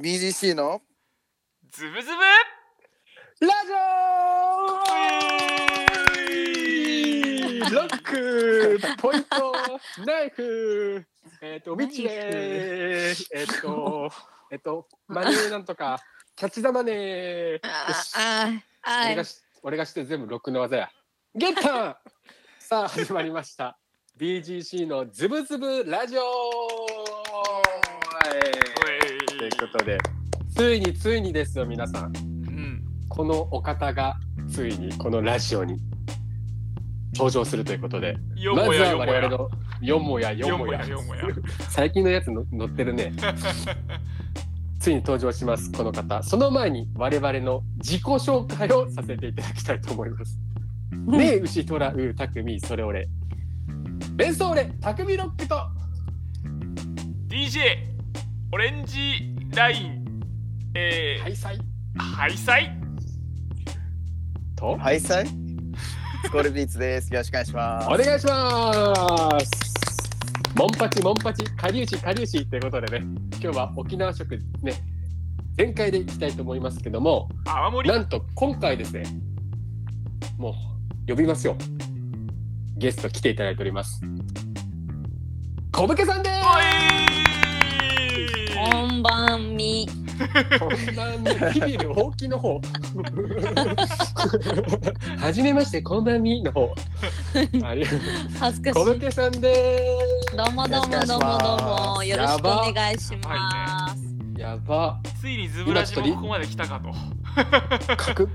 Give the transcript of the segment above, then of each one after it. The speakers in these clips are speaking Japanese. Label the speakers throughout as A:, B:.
A: BGC の
B: ズブズブ
A: ラジオロックポイントナイフえっ、と
C: ナ
A: ミ
C: イフ
A: ッチですえっ、と えっ、とマネーなんとかキャッチザマネーよし
C: ああ
A: 俺
C: あ
A: がし俺がして全部ロックの技やゲッターさあ始まりました BGC のズブズブラジオということでついについにですよ皆さん
B: うん
A: このお方がついにこのラジオに登場するということで
B: よ
A: ま
B: も
A: ず
B: や
A: は
B: よも
A: 我々
B: や
A: のよもやよ
B: よ
A: も
B: も
A: や
B: やよもや
A: 最近のやつの乗ってるね ついに登場しますこの方その前に我々の自己紹介をさせていただきたいと思いますねえ牛トラウたくみそれ俺連想俺たくみロックと
B: DJ オレンジラインえ
A: 開催
B: ー、ハイサイ
A: と
D: はい、さい。スコールビーツです。よろしくお願いします。
A: お願いしますモンパチモンパチかりゆしかりゆしということでね今日は沖縄食ね全開でいきたいと思いますけども
B: 泡盛
A: なんと今回ですねもう呼びますよゲスト来ていただいております小武家さんで
B: お
C: あ
B: い
C: こんばんみ
A: すこんばんみビビる大きの方はじめましてこんばんみの方あり
C: 恥ずかし
A: 小武
C: い
A: 家さんで
C: どうもどうもどうもどうもよろしくお願いします
A: すやば
B: ついにズブラジもここまで来たかと
A: 格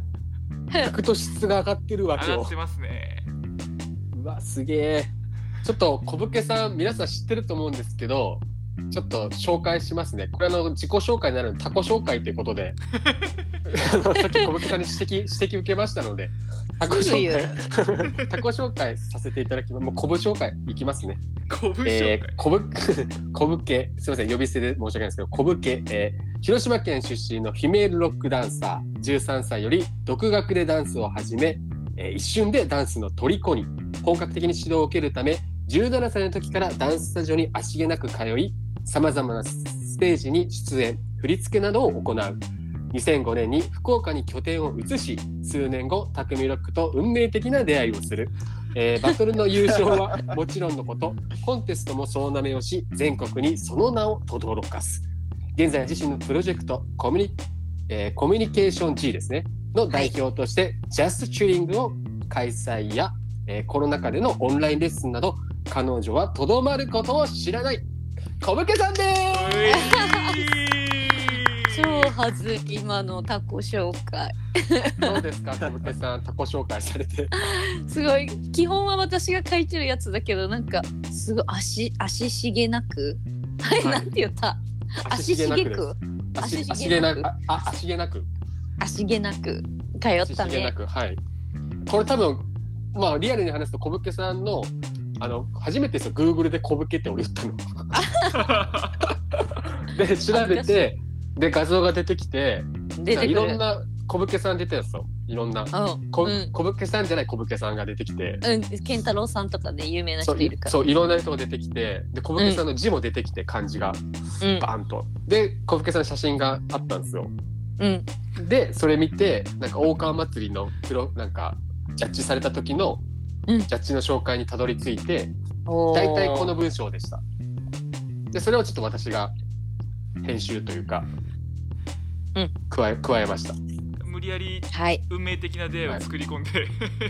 A: 格と質が上がってるわ
B: 上
A: 今
B: がっ
A: 日
B: てますね
A: うわすげえちょっと小武家さん皆さん知ってると思うんですけどちょっと紹介しますねこれあの自己紹介になるのでタコ紹介ということであのさっき小武家さんに指摘指摘受けましたのでタコ
C: すぐ
A: 紹
C: 言
A: 介タコ紹介させていただきますもう小武紹介いきますね
B: ご文章
A: えー、小ぶ 小ぶけすみません呼び捨てで申し訳ないですけど小ぶけ、えー広島県出身のフィメールロックダンサー13歳より独学でダンスを始め、えー一瞬でダンスの虜に本格的に指導を受けるため17歳の時からダンススタジオに足げなく通いさまざまなステージに出演振り付けなどを行う2005年に福岡に拠点を移し数年後匠ロックと運命的な出会いをする、えーバトルの優勝はもちろんのことコンテストも総なめをし全国にその名を轟かす現在自身のプロジェクトコミュニ、えーコミュニケーション G ですねの代表として、Just Turing を開催や、えーコロナ禍でのオンラインレッスンなど彼女はとどまることを知らない小武家さんです
C: 超恥ずい今のタコ紹介
A: どうですか小武家さんタコ紹介されて
C: すごい基本は私が書いてるやつだけどなんかすごい足足しげなくはい、
A: はい
C: なんて言った足しげく
A: 足
C: 足
A: 足
C: し
A: げ
C: げ
A: な
C: な
A: く
C: く
A: ああ足げなく
C: 足げなく通った
A: 足しげな
C: ね
A: くはいこれ多分まあリアルに話すと小武家さんのあの初めてですよ Google で小武家って俺言ったの で調べ
C: 恥ず
A: てで画像が出てきて
C: 出て
A: い
C: く
A: ろん
C: る
A: な小武家さん出てるんですよいろんな
C: うん
A: こ
C: うん
A: 小武家さんじゃない小武家さんが出てきて
C: うん健太郎さんとかね有名な
A: そ
C: 人
A: う
C: いるから
A: そういろんな人が出てきてで小武家さんの字も出てきて漢字が
C: うん
A: バーンとで小武家さんの写真があったんですよ
C: うん
A: でそれ見てなんか大川祭りのプロなんかジャッジされた時の
C: うん
A: ジャッジの紹介にたどり着いて
C: 大
A: 大体この文章でしたでそれをちょっと私が編集というか、
C: うん
A: 加え加えました
B: 無理やり
C: はい
B: 運命的な出会いを作り込ん で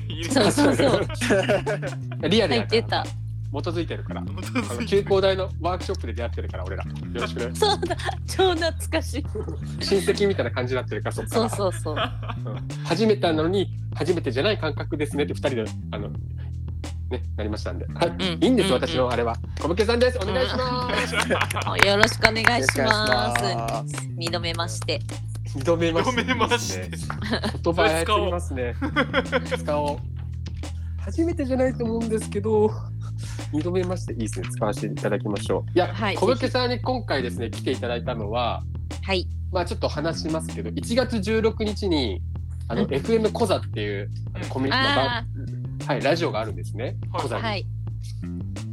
B: 入れた
C: そうそうそう
A: リアル
C: 入
A: や
C: っ
A: か
C: て
A: ら
C: た
A: 基づいてるから
B: 本
A: あ
B: 当
A: の
B: に
A: 休校大のワークショップで出会ってるから俺らよろしくね
C: そうだ超懐かしい
A: 親戚みたいな感じになってるからそっか
C: そう
A: ら
C: そうそう
A: 初めてなのに初めてじゃない感覚ですねって二人であのねなりましたんで、はい
C: ん
A: いいんです、
C: うん
A: 私のあれは小武家さんですお願いします、
C: よろしくお願いします
D: す。
C: 二度目まして
A: 二度目まして
B: 読めまして
A: 言葉操りますね 使おう初めてじゃないと思うんですけど二度目ましていいですね使わせていただきましょういや、
C: はい
A: 小武
C: ぜ
A: 家
C: ひ
A: さんに今回ですね来ていただいたのは
C: はい
A: まあちょっと話しますけど1月16日にあの、
C: うん
A: FM コザっていうあのコミュニティ、まあ
C: あ
A: はい、ラジオがあるんですね、
B: はい
A: コザ
C: ー
A: に。
C: はい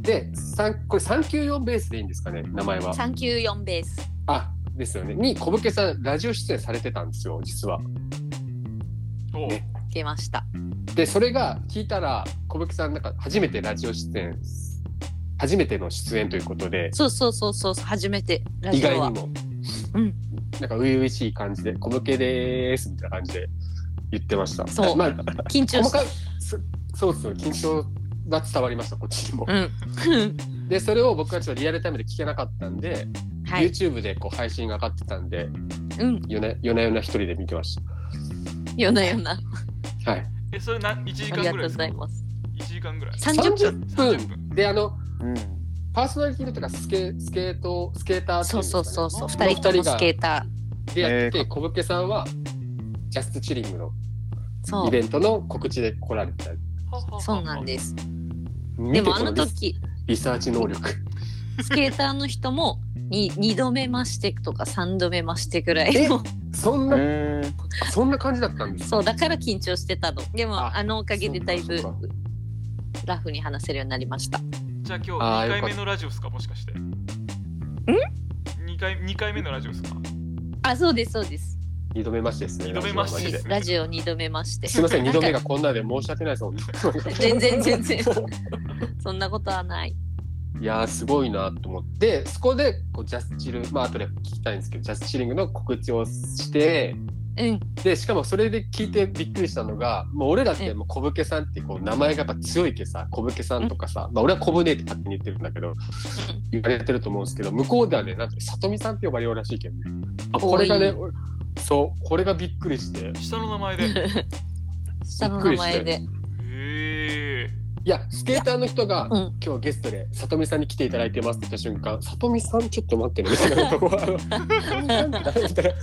A: で、三これ394ベースでいいんですかね、名前は。
C: 三九四ベース
A: あですよね。に、小武家さん、ラジオ出演されてたんですよ、実は。
B: おう
A: ね
C: 出ました。
A: で、それが聞いたら、小武家さん、なんか初めてラジオ出演、初めての出演ということで、
C: そうそうそうそうそう初めてラ
A: 意
C: ジオ
A: 外
C: は
A: にも、
C: うん
A: なんか初々しい感じで「小向けでーす」みたいな感じで言ってました
C: そう
A: まあ、
C: 緊張
A: 細
C: した
A: かいそそうそう緊張が伝わりましたこっちにも、
C: うん。
A: でそれを僕はちょっとリアルタイムで聞けなかったんで、
C: はい。
A: YouTube でこう配信が上がってたんで
C: うん。
A: 夜な夜な夜な一人で見てまし
C: よなよな。
A: たはい
B: え、それ何 ?1 時
C: あり
B: 間
C: が
B: ぐ
C: とう
B: らい
C: ご
B: です
C: ざい
B: か
C: ます。
B: ?1 時間ぐらい。
C: 三十分。
B: 30分。
A: であの
D: うん。
A: パーソナリティのとかスケスケートスケーターってい
C: そうそうそうそう。
A: そ
C: 二
A: の
C: 人ともスケ
A: 二
C: ータ
A: 人がでやって、
D: え
A: 小武家さんはジャストチリングの
C: ー。そ
A: イ
C: う。
A: ベントの告知で来られてた
C: そうなんです。で
A: 見て
C: も
A: こ
C: あの
A: リス
C: 時
A: リサーチ能力
C: スケーターの人もに二度目ましてとか三度目ましてぐらいの。
A: そん
D: う
A: な、
D: ん。
A: そんな感じだったんです。
C: そうだから緊張してたの。でも
A: あ
C: あのおかげでだいぶ
A: そうかそう
C: ラフに話せるようになりました。
B: じゃあ今
A: あー
B: 日2
A: よかった
B: 回目のラジオですかもしかして。ん ?2 回 ,2 回目のラジオですか
C: あそうですそうです。
A: 二度目ましてですね。
B: 二度目まして
A: ラジオの話で
C: ラジオ二度目まして。
A: すみません、
C: な
A: 二
C: か
A: 度目がこんなで申し訳ないです本 当に。
C: 全然全然。そんなことはない。
A: いやー、すごいなと思って、そこで、こうジャスチル、まあ、後で聞きたいんですけど、ジャスチリングの告知をして。
C: うん。
A: で、しかも、それで聞いてびっくりしたのが、もう俺らって、もう小武家さんって、こう名前がやっぱ強いけさ、小武家さんとかさ。まあ、俺は小舟って勝手に言ってるんだけど、言われてると思うんですけど、向こうではね、なんて、里見さんって呼ばれようらしいけどね。あ、これがね、俺そう、これがびっくりして。
B: 下の名前で。
C: 下の名前で。
B: へえ。
A: いや、スケーターの人が、
C: うん。
A: 今日ゲストで里見さんに来ていただいてますって言った瞬間、里見さんちょっと待ってねみたいなとこは、あの里見さんみたいなみたいな、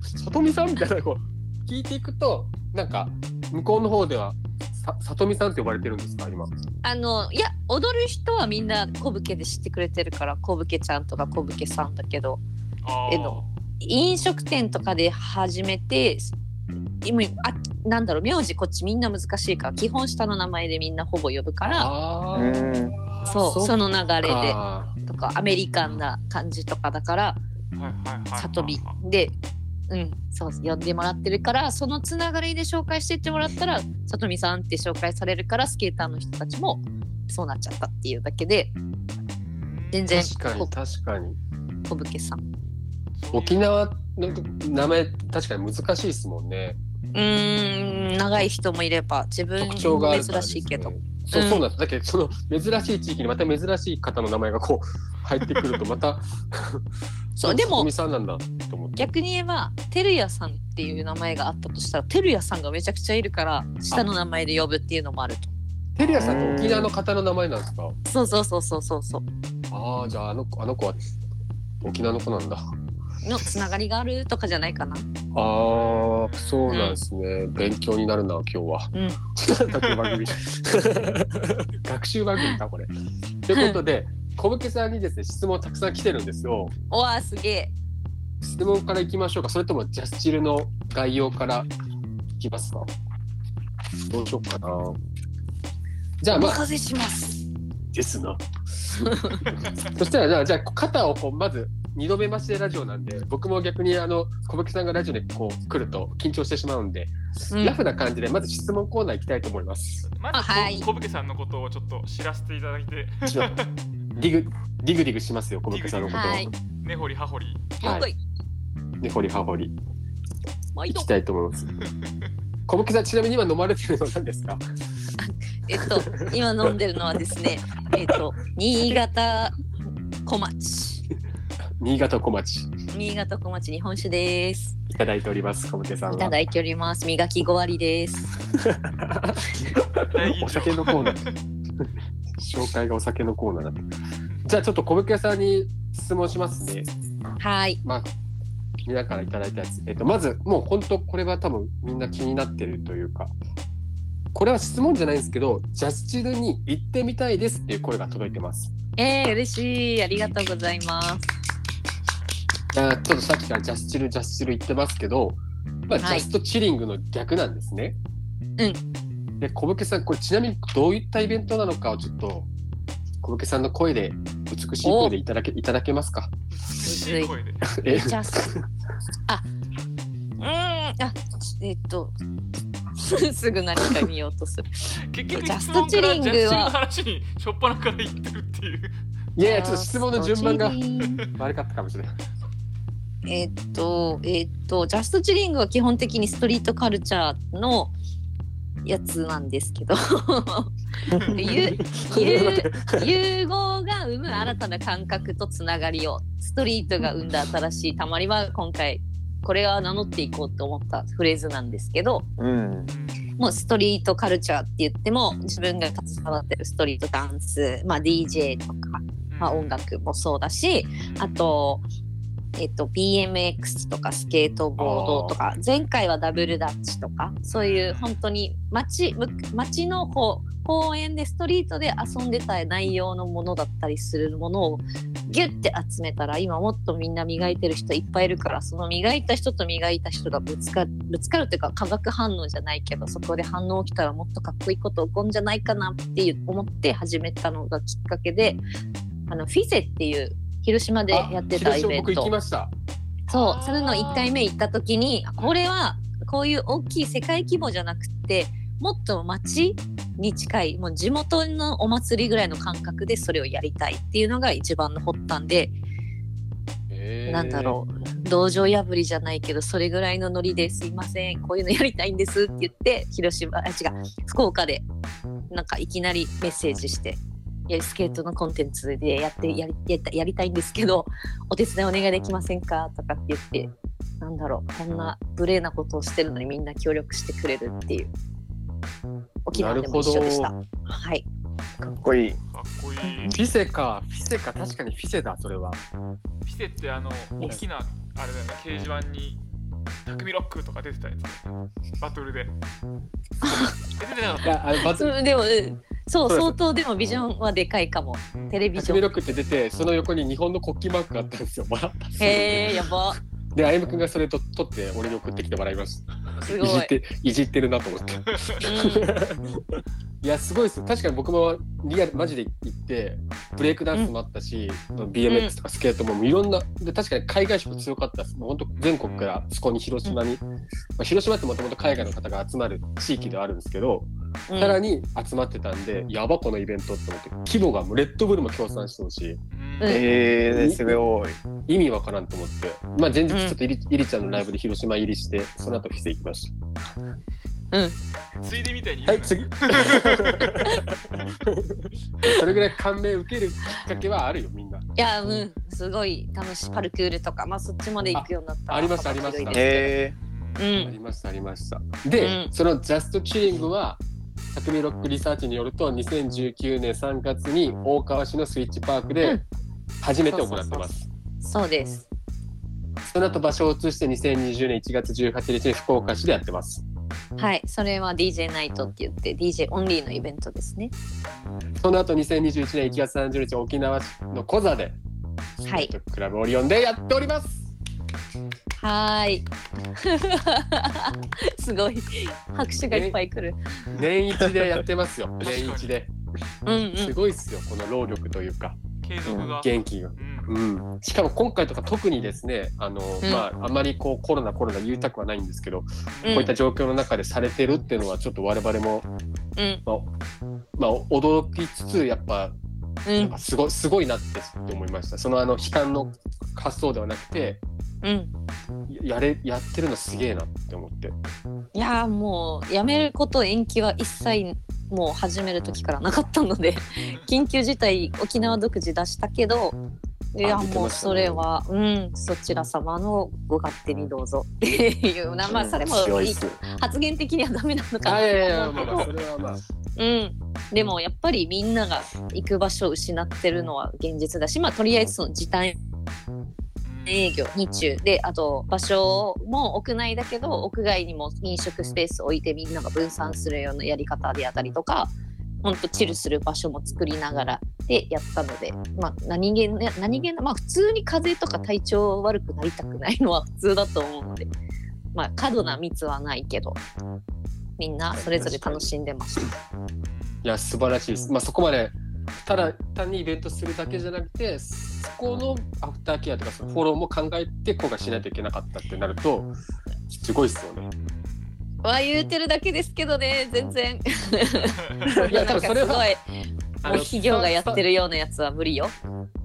A: 里見さんみたいなこう聞いていくと、なんか向こうの方ではさ里見さんって呼ばれてるんですか今。
C: あのいや踊る人はみんな小武家で知ってくれてるから小武家ちゃんとか小武家さんだけど
B: あ
C: えの飲食店とかで始めて今あなんだろう名字こっちみんな難しいから基本下の名前でみんなほぼ呼ぶから
A: あ
D: う
A: ー
D: ん。
B: あ。
C: そう
A: そ
C: そ
A: っか
C: の流れで
A: あ
C: とかアメリカンな感じとかだから
B: う。はいはいはいはい。
C: 里見で。うん、そう呼んでもらってるからそのつながりで紹介してってもらったら「さとみさん」って紹介されるからスケーターの人たちもそうなっちゃったっていうだけで全然
A: ー。確かに
C: こ
A: 確かに
C: 小武家さん。
A: 沖縄の名前確かに難しいですもんね
C: うーん長い人もいれば自分
A: 特徴があるか
C: 珍
A: らです
C: し
A: ね
C: いけど、
A: そう
C: うん
A: そうなんですだけどその珍しい地域にまた珍しい方の名前がこう入ってくるとまた
C: そう
A: あ
C: で
A: 里
C: も
A: 見さんなんだと思って
C: 逆に言えば「てるやさん」っていう名前があったとしたらてるやさんがめちゃくちゃいるから下の名前で呼ぶっていうのもあると
A: テリアさんって沖縄の方の名前なんですか
C: そうそうそうそうそうそう
A: ああじゃああのあの子は沖縄の子なんだ
C: のつながりがあるとかじゃないかな
A: ああそうなんですね、勉強になるな今日 は、
C: うん
A: なんか番組学習番組かこれということで小武家さんにですね質問たくさん来てるんですよ
C: おわすげえ
A: 質問からいきましょうかそれともジャスチルの概要からいきますかどうしようかなじゃあ
C: お
A: まあ
C: 任せします
A: ですな そしたらじゃあじゃあ肩をこうまず2度目ましてラジオなんで僕も逆にあの小牧さんがラジオでこう来ると緊張してしまうんで、
C: うん
A: ラフな感じでまず質問コーナー行きたいと思います
B: ま
C: あはい
B: ず小武家さんのことをちょっと知らせていただ いて、
A: ちょっとディグディグディグしますよ小牧さんのことを、
C: はい
B: 根掘り葉掘り。
C: 了解
A: ね掘り葉掘り
C: 毎
A: 行
C: 度
A: きたいと思います小牧さんちなみに今飲まれてるのは何ですか
C: えっと今飲んでるのはですね えっと新潟小町
A: 新潟小町
C: 新潟小町日本酒です
A: いただいております小牧さ
C: い
A: んは
C: ただいております。磨き5割です。
B: 大吟醸
A: お酒のコー ナー紹介がお酒のコーナーだってじゃあちょっと小池さんに質問しますね
C: はい。
A: まあ皆からいただいたやつ、えっと、まずもう本当これは多分みんな気になってるというかこれは質問じゃないんですけどジャスチルに行ってみたいですっていう声が届いてます
C: えー、嬉しい。ありがとうございます。
A: じゃあちょっとさっきからジャスチルジャスチル言ってますけど、まあ、ジ
C: は
A: ャ
C: い
A: ストチリングの逆なんですね、
C: うん
A: で小武家さんこれちなみにどういったイベントなのかをちょっと小武家さんの声で美しい声でいただけいただけますか
B: 美しい声で。
A: え
C: じゃあ、あ、うーん、あ、えっと、 すぐ何か見ようとする。
B: 結局
C: ジャ
B: 質
C: ス
B: 問
C: トチ
B: からジ
C: ュ
B: ャ
C: リン
B: ス
C: グは
B: トの話にしょっぱなから言ってるっていう。
A: いやいやちょっと質問の順番が
C: ジャストチリング
A: 悪かったかもしれない
C: えっと、えっと、ジャストチリングは基本的にストリートカルチャーのやつなんですけど、 ゆ融合が生む新たな感覚とつながりを、ストリートが生んだ新しいたまりは今回、これは名乗っていこうと思ったフレーズなんですけど、
D: うん。
C: もうストリートカルチャーって言っても自分が携わってるストリートダンス、まあ、DJ とか、まあ、音楽もそうだしあと、えっと、BMX とかスケートボードとか前回はダブルダッチとかそういう本当に街む街のこう公園でストリートで遊んでた内容のものだったりするものをギュッて集めたら今もっとみんな磨いてる人いっぱいいるからその磨いた人と磨いた人がぶつかぶつかるっていうか化学反応じゃないけどそこで反応起きたらもっとかっこいいこと起こんじゃないかなっていう思って始めたのがきっかけであのフィゼっていう広島でやってたイベン
A: 僕行き
C: ト
A: ました
C: そ
B: あー
C: うそれの1回目行った時にこれはこういう大きい世界規模じゃなくてもっと町に近いもう地元のお祭りぐらいの感覚でそれをやりたいっていうのが一番の発端で。なんだろう道場破りじゃないけどそれぐらいのノリですいませんこういうのやりたいんですって言って広島あ違う福岡でなんかいきなりメッセージして。いやスケートのコンテンツでやってやりやりたやりたいんですけどお手伝いお願いできませんかとかって言ってなんだろうこんな無礼なことをしてるのにみんな協力してくれるっていう沖縄でも一緒でした
A: な
C: はい
D: かっこいい。
B: かっこいい。
A: フィセかフィセか確かにフィセだそれは
B: ピセってあの大きなあれだよね掲示板に匠ロックとか出てたやつバトルで出てなかっ
A: いやあれバズ
C: うんでもうんそう
A: そうです
C: 相当でもビジョンはでかいかもテレビジョ
A: タ
C: ン
A: ミロックって出てその横に日本の国旗マークがあったんですよ笑った
C: へえやば
A: で歩夢君がそれと取って俺に送ってきて笑いました
C: す
A: い
C: ごい
A: じっていじってるなと思っていやすごいです確かに僕もリアルマジで行ってブレイクダンスもあったし、BMX とかスケートももういろんなで確かに海外色強かったですもう本当全国からそこに広島に、まあ、広島ってもともと海外の方が集まる地域ではあるんですけど、
C: うん
A: さらに集まってたんでやばこのイベントって思って規模がもうレッドブルも協賛してほしい
B: たうん
D: えー、すごい。
A: 意味わからんと思ってまあ前日ちょっとイリ,、イリちゃんのライブで広島入りしてその後フィセ行きました
B: ついでみたいに言
A: は
B: う
A: い、
B: な
A: 次。 それぐらい感銘受けるきっかけはあるよ、みんな。
C: いやうんすごい楽しいパルクールとかまあそっちまで行くようになった
A: あありました
C: 幅広いです
D: え
C: う
A: あり
C: ん
A: ました、ありました。で、
C: うん
A: そのジャストチリングは、匠ロックリサーチによると、2019年3月に大川市のスイッチパーク
C: う
A: で
C: ん
A: 初めて行ってます。
C: そうです
A: その後場所を移して2020年1月18日に福岡市でやってます。
C: はいそれは DJ ナイトって言って DJ オンリーのイベントですね
A: その後2021年1月30日沖縄市のコザで、
C: はい
A: クラブオリオンでやっております。
C: はーい すごい拍手がいっぱい来る
A: 年一でやってますよ、年一で。
C: うんう
A: す
C: ん
A: ごいっすよ、この労力というか、
B: 継続が、
A: 元気が。
B: うん
A: うん、しかも今回とか特にですね、あの、
C: ん
A: まあ、あまりこうコロナコロナ言いたくはないんですけど、こ
C: うん
A: ういった状況の中でされてるっていうのはちょっと我々も、
C: うん
A: まあ、まあ、驚きつつ、やっぱ、
C: う
A: なん
C: ん
A: かすごい、すごいなって思いました。そのあの、悲観の発想ではなくて、
C: うん
A: やれ、やってるのすげえなって思って。
C: いやーもうやめること延期は一切もう始める時からなかったので緊急事態沖縄独自出したけどいや
A: あ出て
C: も
A: ま
C: う
A: したね
C: それは、うんそちら様のご勝手にどうぞっていうなまあそれも
A: 強い
C: い
A: っす。
C: 発言的にはダメなのか
A: あ、いやいやい
C: な
A: や、
C: と思
A: まあ
C: うけど
A: まあ、それはまあ。
C: うんでもやっぱりみんなが行く場所を失ってるのは現実だしまあとりあえずその時短営業日中であと場所も屋内だけど屋外にも飲食スペース置いてみんなが分散するようなやり方であったりとかほんとチルする場所も作りながらでやったので、まあ、何気な何気なまあ普通に風邪とか体調悪くなりたくないのは普通だと思うので、まあ、過度な密はないけどみんなそれぞれ楽しんでました。
A: いや素晴らしいです、まあ、そこまでただ単にイベントするだけじゃなくてそこのアフターケアとかそのフォローも考えて今回しないといけなかったってなるとすごいっすよね。
C: わ言うてるだけですけどね全然
A: いや多分それ
C: なんかす
A: は
C: ごい
A: あ
C: もう
A: の
C: 企業がやってるようなやつは無理よ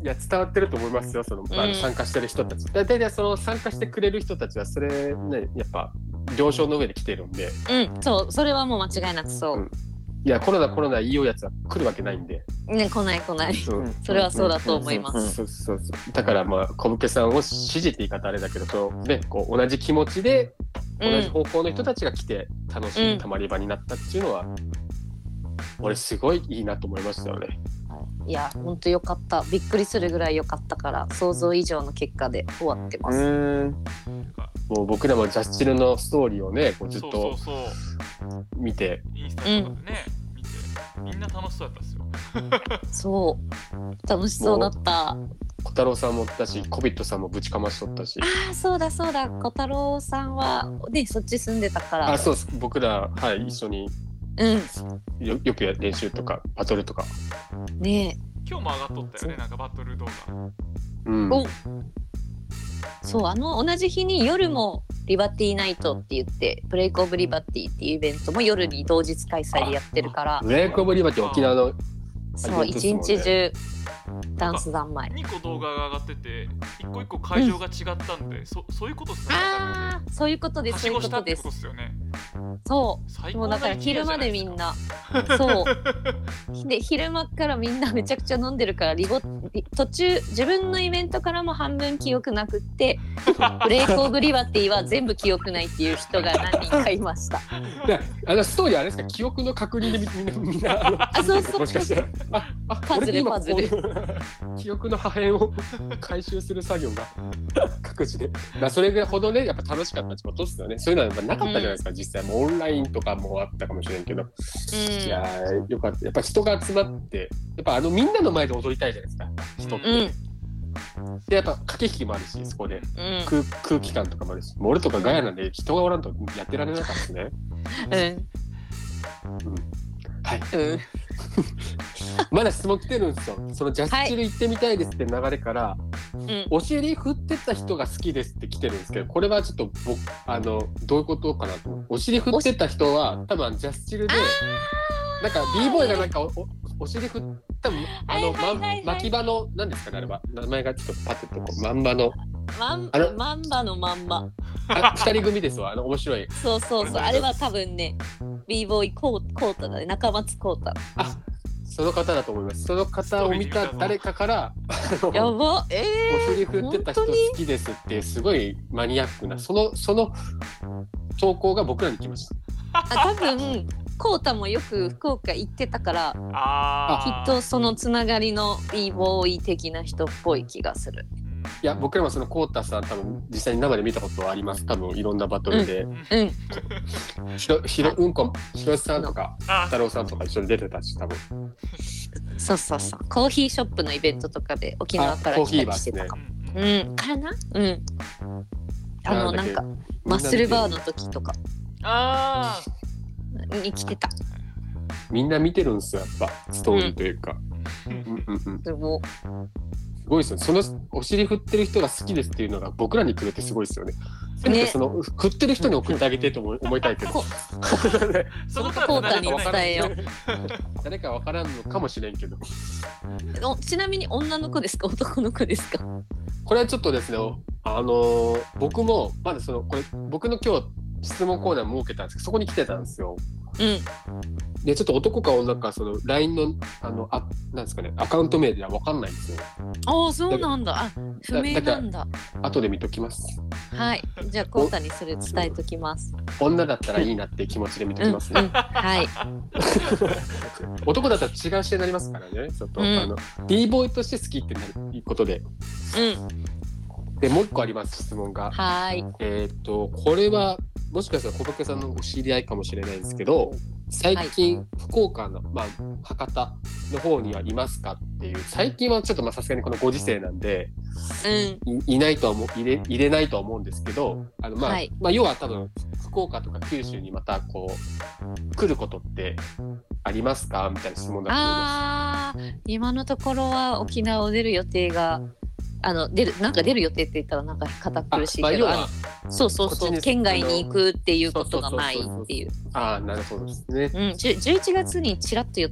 A: いや伝わってると思いますよその、あ
C: うん
A: の参加してる人たち。だ大体その参加してくれる人たちはそれねやっぱ了承の上で来てるんで
C: うんそうそれはもう間違いなくそう、
A: いやコロナコロナいいよやつは来るわけないんで。
C: ね来ない来ない
A: そう
C: それはそうだと思います
D: うんうんうん
A: そうそうそうだからまあ小武家さんを支持って言い方あれだけどそう、ね、こう同じ気持ちで
C: う
A: 同じ
C: ん
A: 方向の人たちが来て楽し
C: うん
A: いたまり場になったっていうのは、俺すごいいいなと思いましたよね。
C: いやほんとよかったびっくりするぐらいよかったから想像以上の結果で終わってます、
D: うん。
A: もう僕らもジャスチルのストーリーをねこうずっ
B: そうそう
A: と
B: そう
A: 見て
B: インスタとかでね、見てみんな楽しそうだったっすよ
C: そう楽しそうだった
A: 小太郎さんもだしコビットさんもぶちかましとったし
C: あそうだそうだ小太郎さんはねそっち住んでたから
A: あそうです僕ら、はい、一緒に
C: う
A: よよくや練習とかバトルとか。
C: んね
B: 今日も上がっとったよねなんかバトル動画
A: うん
C: おえそうあの同じ日に夜もリバティナイトって言ってブレイクオブリバティっていうイベントも夜に同日開催でやってるから
A: ウェイクオブリバティ沖縄の
C: そう
A: イベント
C: 一
A: ですもんね
C: 日中ダンス三昧
B: 2個動画が上がってて1個1個会場が違ったんで、そそういうことっすね
C: ああそういうことです
B: はし
C: そういう
B: ご
C: こ
B: した
C: と
B: っ
C: で
B: て
C: す
B: ことっすよね
C: そ
B: 最
C: うも
B: 高
C: う
B: な
C: だから昼までみんなそうで昼間からみんなめちゃくちゃ飲んでるからリボリ途中自分のイベントからも半分記憶なく ってブレイクオブリバティは全部記憶ないっていう人が何人かいました。
A: であのストーリーあれですか記憶の確認でみみんなみんなあの
C: あそうそう
A: もしかしてああ
C: パズル
A: 俺今
C: パズル
A: こう 記憶の破片を回収する作業が 各自でまあそれぐらいほどねやっぱ楽しかったってことですよねそういうのはやっぱなかったじゃないですか、実際もうオンラインとかもあったかもしれんけど、いやーよかったやっぱ人が集まってやっぱあのみんなの前で踊りたいじゃないですか人って、
C: うんうん
A: でやっぱ駆け引きもあるしそこで
C: うん
A: 空空気感とかもあるしもう俺とかガヤなんで人がおらんとやってられなかったですね
C: うん
A: はい
C: うん
A: まだ質問来てるんですよ。そのジャスチル行ってみたいですって流れから、
C: うん
A: お尻振ってた人が好きですって来てるんですけど、これはちょっと僕あのどういうことかなと思う。お尻振ってた人は多分あのジャスチルで、なんか b ボーイがなんかおおお尻振ったあの、
C: はいはいはいはい
A: ま巻き場のなんですかねあれは名前がちょっとパッてとこうまんま の
C: まん
A: あれ
C: まんばのまんま
A: あ二人組ですわあの面白い
C: そうそうそうあれは多分ね b ボーイコーコータだね中松コータ
A: あその方だと思います。その方を見た誰かから。 あの
C: やばえ
A: お尻振ってた人好きですっていうすごいマニアックなそのその投稿が僕らに来ました
C: ー、あ多分コータもよく福岡行ってたからきっ
B: ああ
C: とそのつながりの b ボーイ的な人っぽい気がする
A: いや僕らもそのコータさん多分実際に生で見たことはあります多分いろんなバトルで、
C: うん
A: ひろひろうんこひろしさんとか
B: あ
A: 太郎さんとか一緒に出てたし多分
C: そうそうそうコーヒーショップのイベントとかで沖縄から
A: あコー
C: 来た
A: ヒー
C: り
A: バー
C: して
A: で
C: た
A: すね
C: かも、
B: うん
C: うんかなうんあのなんかマッスルバーの時とか
B: あー
C: に来てた
A: みんな見てるんですよやっぱストーリーというか、うんうんうん、
C: でも
A: すごいですよねそのお尻振ってる人が好きですっていうのが僕らに来るってすごいですよねせめてその振ってる人に送ってあげてと思い思いたいけど
C: こ
B: その
C: コータに伝えよ
A: う。 誰かわからんのかもしれんけど。
C: おちなみに女の子ですか男の子ですか
A: これはちょっとですね、あのー僕も、まだその、これ、僕の今日、質問コーナー設けたんですけど、そこに来てたんですよ。
C: うん
A: で、ちょっと男か女か、その、LINE の、あの、あ、なんですかね、アカウント名ではわかんないんですよ。
C: ああそうなんだあ不明なんだ
A: 後で見ときます。
C: はいじゃあコータにそれ伝えときます
A: 女だったらいいなっていう気持ちで見ときますね。
C: うんうんはい
A: 男だったら違う視点になりますからね、ちょっと、
C: うん
A: あの、D ボーイとして好きってなるいうことで。
C: うん
A: で、もう一個あります、質問が。
C: はい
A: えーっとこれはもしかしたら小武さんのお知り合いかもしれないんですけど最近、福岡の、まあ、博多の方にはいますかっていう最近はちょっとまあさすがにこのご時世なんで
C: うん
A: いいないとは思う入れ入れないとは思うんですけどあの、まあ
C: はい
A: まあ、要は多分福岡とか九州にまたこう来ることってありますかみたいな質問だと思いま
C: あー今のところは沖縄を出る予定があの出るなんか出る予定って言ったらなんか堅苦し
A: す。
C: い
A: まあ
C: け
A: 要
C: ど、
A: は
C: あのそうそう
A: こ
C: そ
A: っち
C: う
A: に
C: 県外に行くっていうことが
A: そうそう
C: な
A: そう
C: い
A: そう
C: っていう
A: ああなるほどですね。
C: うん、じゅ11月にちらっと言っ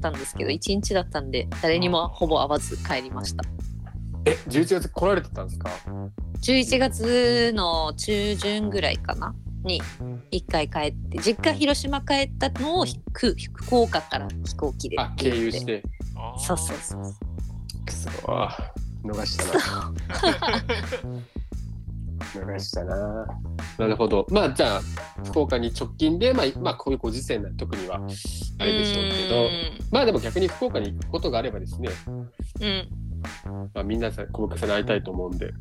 C: たんですけど1日だったんで誰にもほぼ会わず帰りました
A: え11月来られてたんですか。
C: 11月の中旬ぐらいかなに1回帰って実家広島帰ったのを福福岡から飛行機で
A: あ経由して。
B: あー
C: そうそうそうそ
A: くそ あー逃したな。逃したな。なるほど。まあじゃあ福岡に直近でまあまあこういうご時世なんで特にはあれでしょうけど。まあでも逆に福岡に行くことがあればですね、
C: うんうん
A: まあ、みんなさ小牧さんに会いたいと思うんで、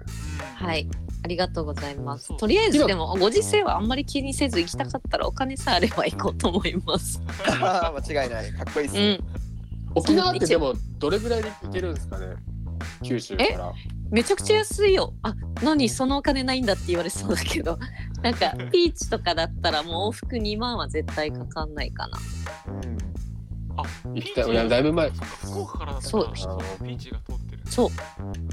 C: はい、ありがとうございます
B: そう。
C: とりあえず
A: 今
C: でもご時世はあんまり気にせず行きたかったらお金さえあれば行こうと思います。
D: 間違いない。かっこいいです
C: う
D: ね。
C: ん、
A: 沖縄ってでもどれぐらいで行けるんですかね九州から。
C: めちゃくちゃ安いよ。あ、何そのお金ないんだって言われそうだけど、なん かピーチとかだったらもう往復2万は絶対かかんないかな。
D: うん
A: 行きたいいやだいぶ前
B: そっか福岡からだった
C: そう
B: らピーチが通ってる
C: そう。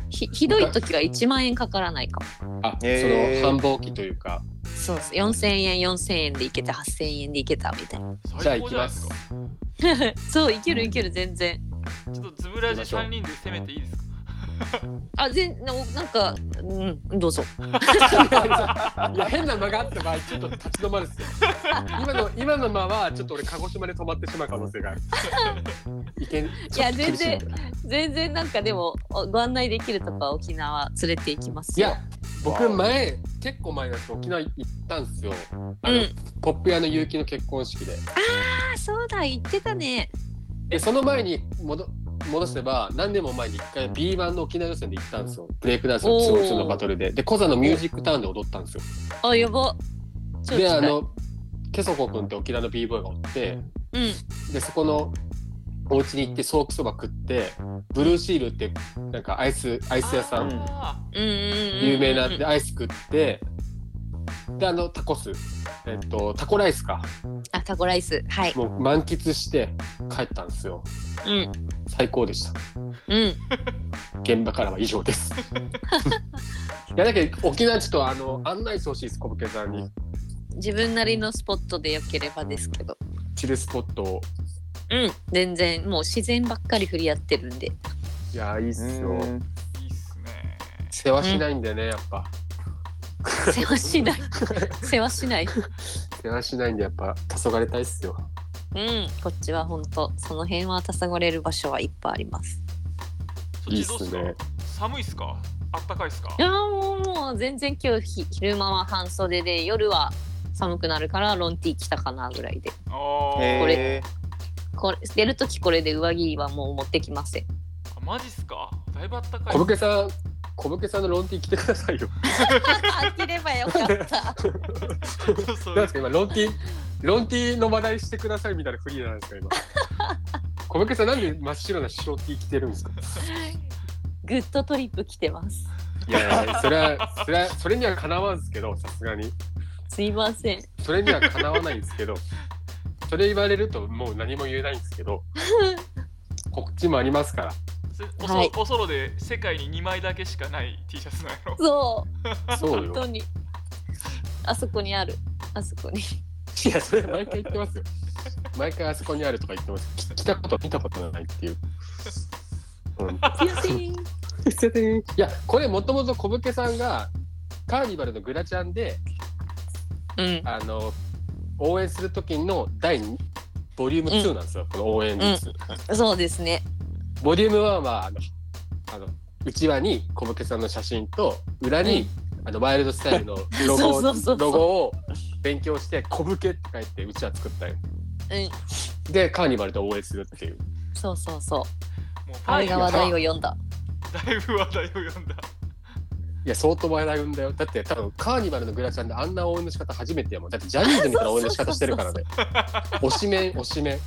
C: ひひどい時は1万円かからないかも。
A: あ、
D: へー
A: その繁忙期というか
C: そうです。4000円4000円で行けて8000円で行けたみたいな。
A: じゃあ
B: 最高
A: 行き
B: じゃない
A: ま
B: です
A: す
B: か。
C: そういけるいける全然。
B: ちょっとズブラジ3人で攻めていいですか
C: あ全なんかうんどうぞ。
A: いや変な間があった場合ちょっと立ち止まるっすよ今の今の間はちょっと俺鹿児島で止まってしまう可能性があるいけん
C: いや
A: ちょっと厳しいんだ
C: 全全然なんかでもおご案内できるとか沖縄連れて行きます
A: い
C: よ。
A: や僕前結構前なんですけど沖縄行ったんですよあの、
C: うん
A: ポップ屋の結城の結婚式で
C: あそうだ言ってたね。
A: でその前に戻戻せば何年も前に一回 B1 の沖縄予選で行ったんですよブレイクダンスのツーオンツーのバトルででコザのミュージックタウンで踊ったんですよ
C: あやば。超
A: で
C: 近い
A: あのケソコ君って沖縄の b ボーイがおって
C: うん
A: でそこのお家に行ってソーキそば食ってブルーシールってなんかアイスアイス屋さん
B: あ
C: うんうんうん
A: 有名なんでアイス食ってであのタコスえっとタコライスか
C: あタコライスはい。
A: もう満喫して帰ったんですよ
C: うん
A: 最高でした
C: うん
A: 現場からは以上ですいやだけど沖縄ちょっとあの案内してほしいです小武さんに
C: 自分なりのスポットでよければですけど。
A: チルスポットを
C: うん全然もう自然ばっかり振り合ってるんで。
A: いやいいっすよ
D: うん
B: ーいいっすね
A: 世話しないんでねやっぱ
C: 世話し ない世話しない。
A: 世話しないんでやっぱ黄昏たいっすよ
C: うんこっちは本当その辺は黄昏れる場所はいっぱいあります。
B: そっ
A: いいっ
B: ちどうっす
A: す
B: か
A: ね
B: 寒いっすかあったかいっすか
C: いやーもうもう全然今日ひ昼間は半袖で夜は寒くなるからロンティー着たかなぐらいで
B: あー
C: こ
D: へ
C: れこれ出る時これで上着はもう持ってきません
B: あマジっすかだいぶあったかい
A: 小武さん小武さんのロンティー着てくださいよ
C: 着ればよかった
B: そうそう
A: なんですか今ロンティロンティの話題してくださいみたいなフリーなんですか 今小武さんなんで真っ白な白 T 着てるんですか
C: グッドトリップ着てます
A: いやいやそれはそれはそれにはかなわんですけどさすがに
C: すいません
A: それにはかなわないんですけどそれ言われるともう何も言えないんですけど告知もありますから
B: そおそ
C: はい
B: おそろで世界に2枚だけしかない T シャツなんやろ
C: そう
A: そう
C: 本当
A: よ
C: にあそこにあるあそ こに
A: いやそれ毎回言ってますよ毎回あそこにあるとか言ってますき来たこと見たことがないっていう、うん、
C: すいません
A: いやこれもともと小武さんがカーニバルのグラチャンで
C: うん
A: あの応援する時の第2ボリューム2なんですよ、この応援率、
C: そうですね
A: ボリューム1はあのあの内輪に小武さんの写真と裏に、あのワイルドスタイルのロゴ
C: そうそ
A: を
C: うそうそう
A: ロゴを勉強して「小武け」って書いてうちは作ったよ
C: うん
A: でカーニバルと応援するっていう
C: そうそうそう
B: もう
C: あれが話題を読んだ
B: だいぶ話題を読んだ
A: いや相当笑うんだよだって多分カーニバルのグラチャンであんな応援の仕方初めてやもんだってジャニーズみたいな応援の仕方してるからね推しメン推しメン、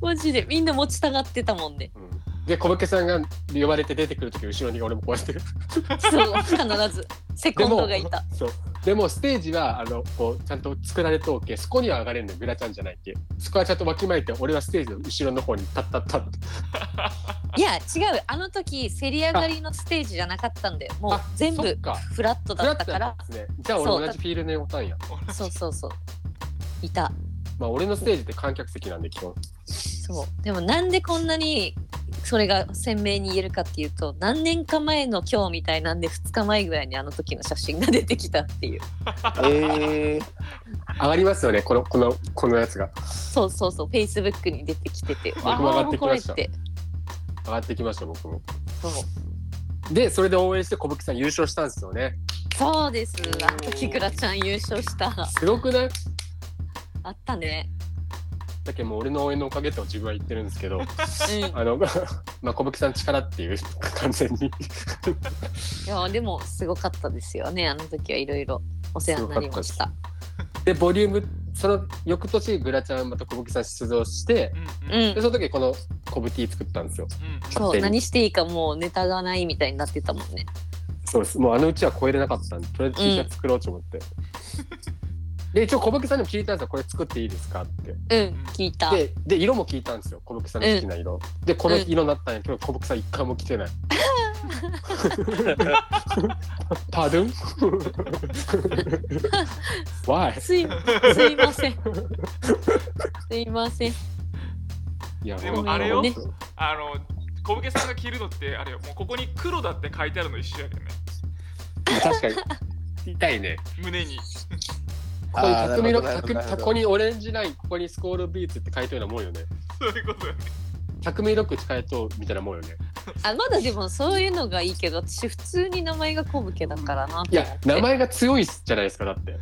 C: マジでみんな持ちたがってたもんね
A: うん、で小武さんが呼 ばれて出てくる時後ろに俺もこうやって
C: そう必ずセコンドがいた
A: そうでもステージはあのこうちゃんと作られとおけそこには上がれるのよグラちゃんじゃないっていうそこはちゃんとわきまえて俺はステージの後ろの方に立ったったって
C: いや違うあの時せり上がりのステージじゃなかったんだよもう
A: あ
C: 全
A: そ
C: 部
A: っか
C: フラット
A: フ
C: だ
A: ラ
C: っ
A: ッ
C: た
A: ト
C: か
A: な
C: ら
A: んですねじゃあ俺同じフィールのターンや
C: そうそうそういた
A: まあ俺のステージって観客席なんで基本
C: そうでもなんでこんなにそれが鮮明に言えるかっていうと何年か前の今日みたいなんで2日前ぐらいにあの時の写真が出てきたっていう
D: ええ
A: 上がりますよねこのこのこのやつが
C: そうそうそうフェイスブックに出てきてて
A: 僕も上がってきました
C: あーこれって
A: 上がってきました僕も
C: そう
A: でそれで応援して小吹さん優勝したんですよね
C: そうですあの時グラちゃん優勝した
A: すごくない
C: あったね
A: だけどもう俺の応援のおかげと自分は言ってるんですけ ど
C: うんい
A: あの まあ小吹さん力っていう完全に
C: やでもすごかったですよねあの時はいろいろお世話になりました
A: でボリュームその翌年グラちゃんまた小吹さん出場して
B: う
C: う
B: んうん
C: ん
A: でその時この小吹 T 作ったんですよ
B: うん
C: そ
A: 勝手
C: う
A: に
C: 何していいかもうネタがないみたいになってたもんね
A: そうですもうあのうちは超えれなかったんでとりあえず T シャツ作ろうと 思って、で一応小吹さんにも聞いたんですよこれ作っていいですかって
C: うん聞いた
A: でで色も聞いたんですよ小吹さんの好きな色、でこの色になったんやけど小吹さん一回も着 てないパドゥン Why?
C: すいすいませんすいません
A: いや
B: でもあれよ
A: ね
B: あの小武家さんが着るのってあれよもうここに黒だって書いてあるの一緒やけどね
A: 確かに痛いね
B: 胸 に
A: ここに
D: あー
A: 匠の
D: なるほど
A: 匠
D: なるほど
A: ここにオレンジラインここにスコールビーツって書いてるようなもんよね
B: そういうことよね
A: 匠ロック使えとみたいなもんよね
C: あまだでもそういうのがいいけど私普通に名前が小武家だからなと思って
A: いや名前が強いっすじゃないですかだって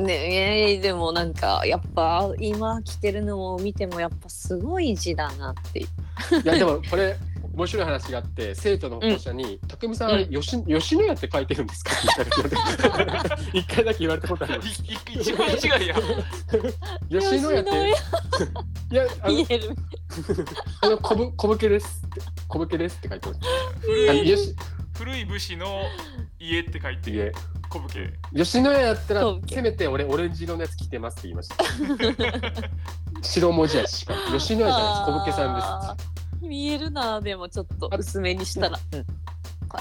C: ねえーでもなんかやっぱ今着てるのを見てもやっぱすごい字だなっていう
A: いやでもこれ面白い話があって生徒の保護者に「匠さんあれ吉吉野家って書いてるんですか?」みたいな 一回だけ言われたことある
B: いい一番違いや
A: 吉野家 っていやあの
C: 言える
A: あの小ぶ小ぶけですって小ぶけですって書いてますあの
B: 古い
A: 吉
B: 古い武士の家って書いて
A: 家
B: 小武家
A: 吉野家やったら
C: そう
A: せめて俺オレンジ色のやつ着てますって言いました 白文字やししかも吉野家じゃないです小ぶけさんです
C: あー見えるなでもちょっと
A: あ
C: 薄めにしたら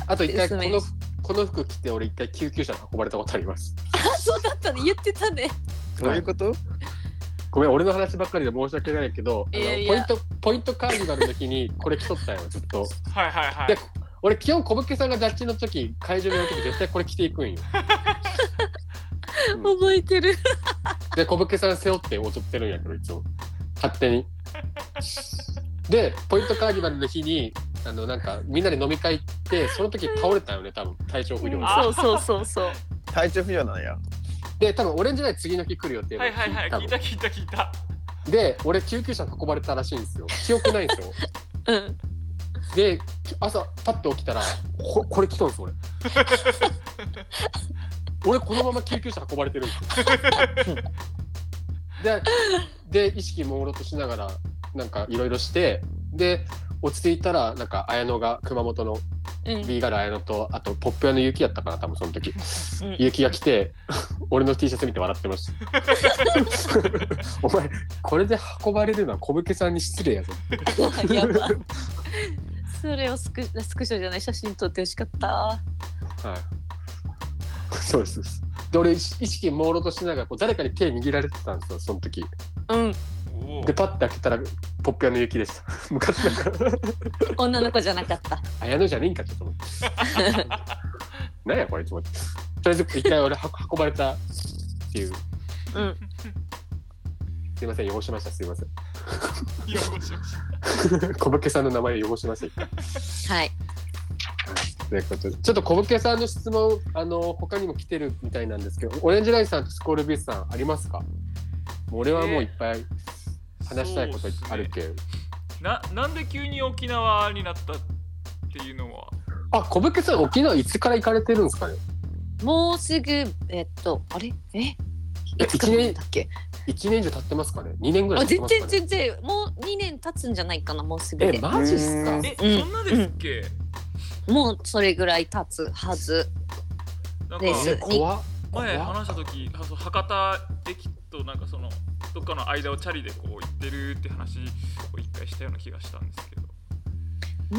A: あと一回こ
C: 薄め
A: の
C: に
A: この服着て俺一回救急車に運ばれたことあります
C: あそうだったね言ってたね
D: どういうこと
A: ごめん、俺の話ばっかりで申し訳ないけど、あの
C: いやいや
A: ポイント、ポイントカーニバルの時にこれ着と ったよ、ずっと。
B: はいはいは
A: で
B: い、
A: 俺、基本、小武家さんがジャッジの時、会場に行く時、絶対これ着て いくんよ。うん
C: 覚えてる
A: で、小武家さん背負って踊ってるんやけど、いつも。勝手に。で、ポイントカーニバルの日に、あの、なんか、みんなで飲み会行って、その時倒れたよね、多分、体調不良で。
B: あ
C: そうそうそうそう
D: 体調不良なんや。
A: で、多分、オレンジライン次の日来る予定
B: はいはいはい
A: 多
B: 聞
A: 分
B: いた聞いた聞いた
A: で、俺、救急車運ばれたらしいんですよ。記憶ないんですよ。
C: うん
A: で朝パッと起きたらここれ来たんです俺 俺このまま救急車運ばれてるんですよ でで意識朦朧としながらなんかいろいろしてで落ち着いたらなんか綾乃が熊本の
C: うん
A: ビーガル綾乃とあとポップ屋の雪やったかな多分その時
C: うん
A: 雪が来て 俺の T シャツ見て笑ってました お前これで運ばれるのは小武家さんに失礼やぞ
C: やばそれをスクスクショじゃない写真撮ってほしかった
A: はい。 そうですそうです。で、俺、意識朦朧としながら、こう誰かに手握られてたんですよ、その時。
C: うん
B: おお
A: で、パッて開けたら、ポップ屋の雪でした。 向かってたから、
C: 女の子じゃなかった
A: あやのじゃねえんかって思って。 なんや、これ、と思って。とりあえず、一回俺、は運ばれたっていう。
C: うん
A: すいません、汚しました、すいません。
B: いや面白い
A: 小武家さんの名前を汚しました、一回
C: はい
A: ということでちょっと小武家さんの質問、あの、他にも来てるみたいなんですけど、オレンジラインさんとスコールビースさん、ありますかもう俺はもういっぱい話したいことあるけど。
B: ななんで急に沖縄になったっていうのは
A: あ、小武家さん、沖縄いつから行かれてるんですかね。
C: もうすぐえっとあれえいつ
A: 一
C: から
A: 年
C: だ、っけ
A: 一年以上経ってますかね。二年ぐら
C: あ
A: い経って
C: 全
A: ますか、
C: 然
A: ね。
C: 全然もう2年経つんじゃないかなもうすぐ
A: え、
C: で
A: マジっすか
D: う。ん
B: え、
C: うん
B: そんなですっけ
C: もうそれぐらい経つはず
B: なんか
C: です
A: え、怖っ。
B: 前
A: 怖っ
B: 話した時あそう博多駅となんかそのどっかの間をチャリでこう行ってるって話を一回したような気がしたんですけど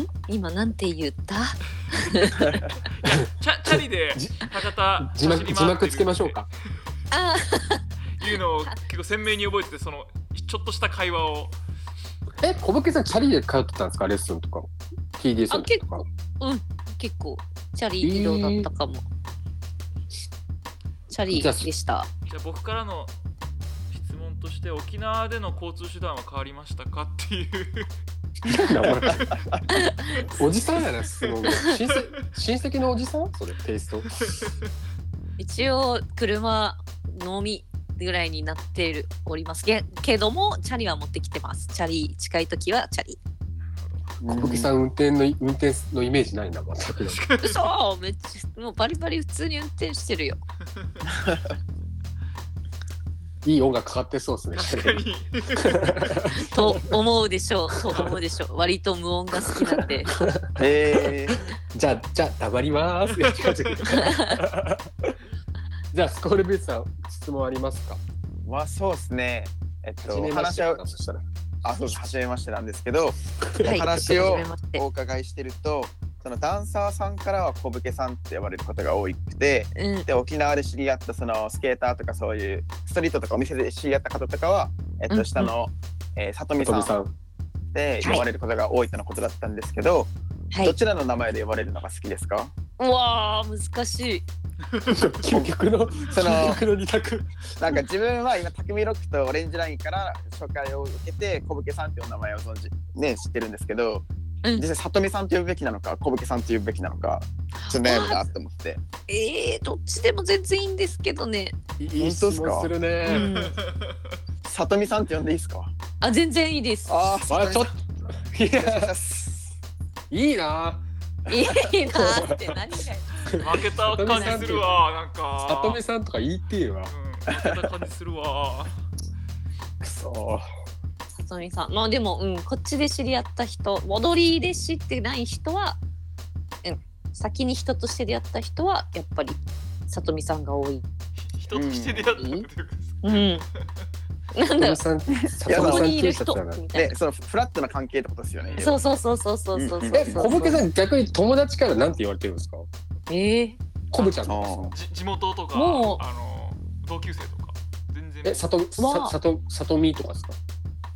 C: ん今なんて言った
B: チャチャリで
A: じ
B: 博多
A: 字幕字幕つけましょうか。
C: あー
B: いうのを結構鮮明に覚えててそのちょっとした会話を
A: え、小武家さんチャリで通ってたんですかレッスンとか。TD さんとか。
C: 結構チャリ移動だったかも、チャリでした
B: じゃあ僕からの質問として沖縄での交通手段は変わりましたかっていう
A: なんだお前おじさんやな、すごい。 親戚親戚のおじさんそれ、テイスト。
C: 一応車のみぐらいになってるおりますけけどもチャリは持ってきてますチャリ近い時はチャリ
A: 小武家さん運転の、運転のイメージないな、 全く。
C: 嘘めっちゃもうバリバリ普通に運転してるよ
A: いい音楽かかってそうですね。
B: 確かに
C: と思うでしょうと思うでしょう割と無音が好きなん で
D: え
A: じゃあ、じゃあ、黙り ます。いや違う違うじゃあ、スコールビーツさん、質問ありますか
D: ー、まあそうですね。えっ
A: 初
D: と
A: めまして
D: 話を
A: そしたら。
D: あそうです初めましてなんですけど、
C: はい
D: 話を
C: 初めまして
D: お伺いしてると、そのダンサーさんからは小武家さんって呼ばれることが多くて、
C: うん
D: で沖縄で知り合ったそのスケーターとかそういうストリートとかお店で知り合った方とかは、えっ
C: うんう
D: と
C: ん
D: 下の、えー、里見
A: と
D: さ
A: み
D: ん
A: さん。
D: で呼ばれることが多いとのことだったんですけど、
C: は
D: ど
C: い
D: ちらの名前で呼ばれるのが好きですか？
C: うわー難しい
A: 究極の、
D: その
A: 究極の二 択。
D: なんか自分は今匠ロックとオレンジラインから紹介を受けて小武家さんっていうお名前を存じね知ってるんですけど、
C: うん
D: 実際里見さんと呼ぶべきなのか小武家さんと呼ぶべきなのかちょっと悩むなと思って
C: えー、どっちでも全然いいんですけどね
A: い
D: 当
A: い
D: っ
A: 質
D: すか
A: 問する
C: う
A: ね。
C: ん
D: 里見さんって呼んでいいですか？
C: あ全然いいです
D: あ
A: あちょっと。い
D: お願いし
A: や、
D: ます
A: いいな。
C: いいなーって何が
B: 負けた感じするわなんか
A: さとみさんとか ET は。
B: うん負けた感じするわ
A: くそ。
C: さとみさんまあでも、うん、こっちで知り合った人戻りで知ってない人は、うん、先に人として出会った人はやっぱりさとみさんが多い、
B: 人として出会ったっていうか
C: うん、なんだ
A: さと
C: ろ
A: み
C: う
A: さん。さ
D: や
A: と
C: こ
A: み
C: こ
A: さん
C: にいる
A: T シャ
C: 人
A: ツだな。
C: みたい
D: で
C: な
D: そのフラットな関係ってことですよね。
C: そうそうそうそうそうそうそう
A: え、小武家さん、逆に友達からなんて言われてるんですか。
C: え
A: 小武ちゃん
D: あ
A: なんですか。
B: じ
D: ー
B: 地元とか
C: もう
B: あの同級生とか全然
A: え、さと、
C: わ
A: さ
C: あ
A: さと、さとみとかですか。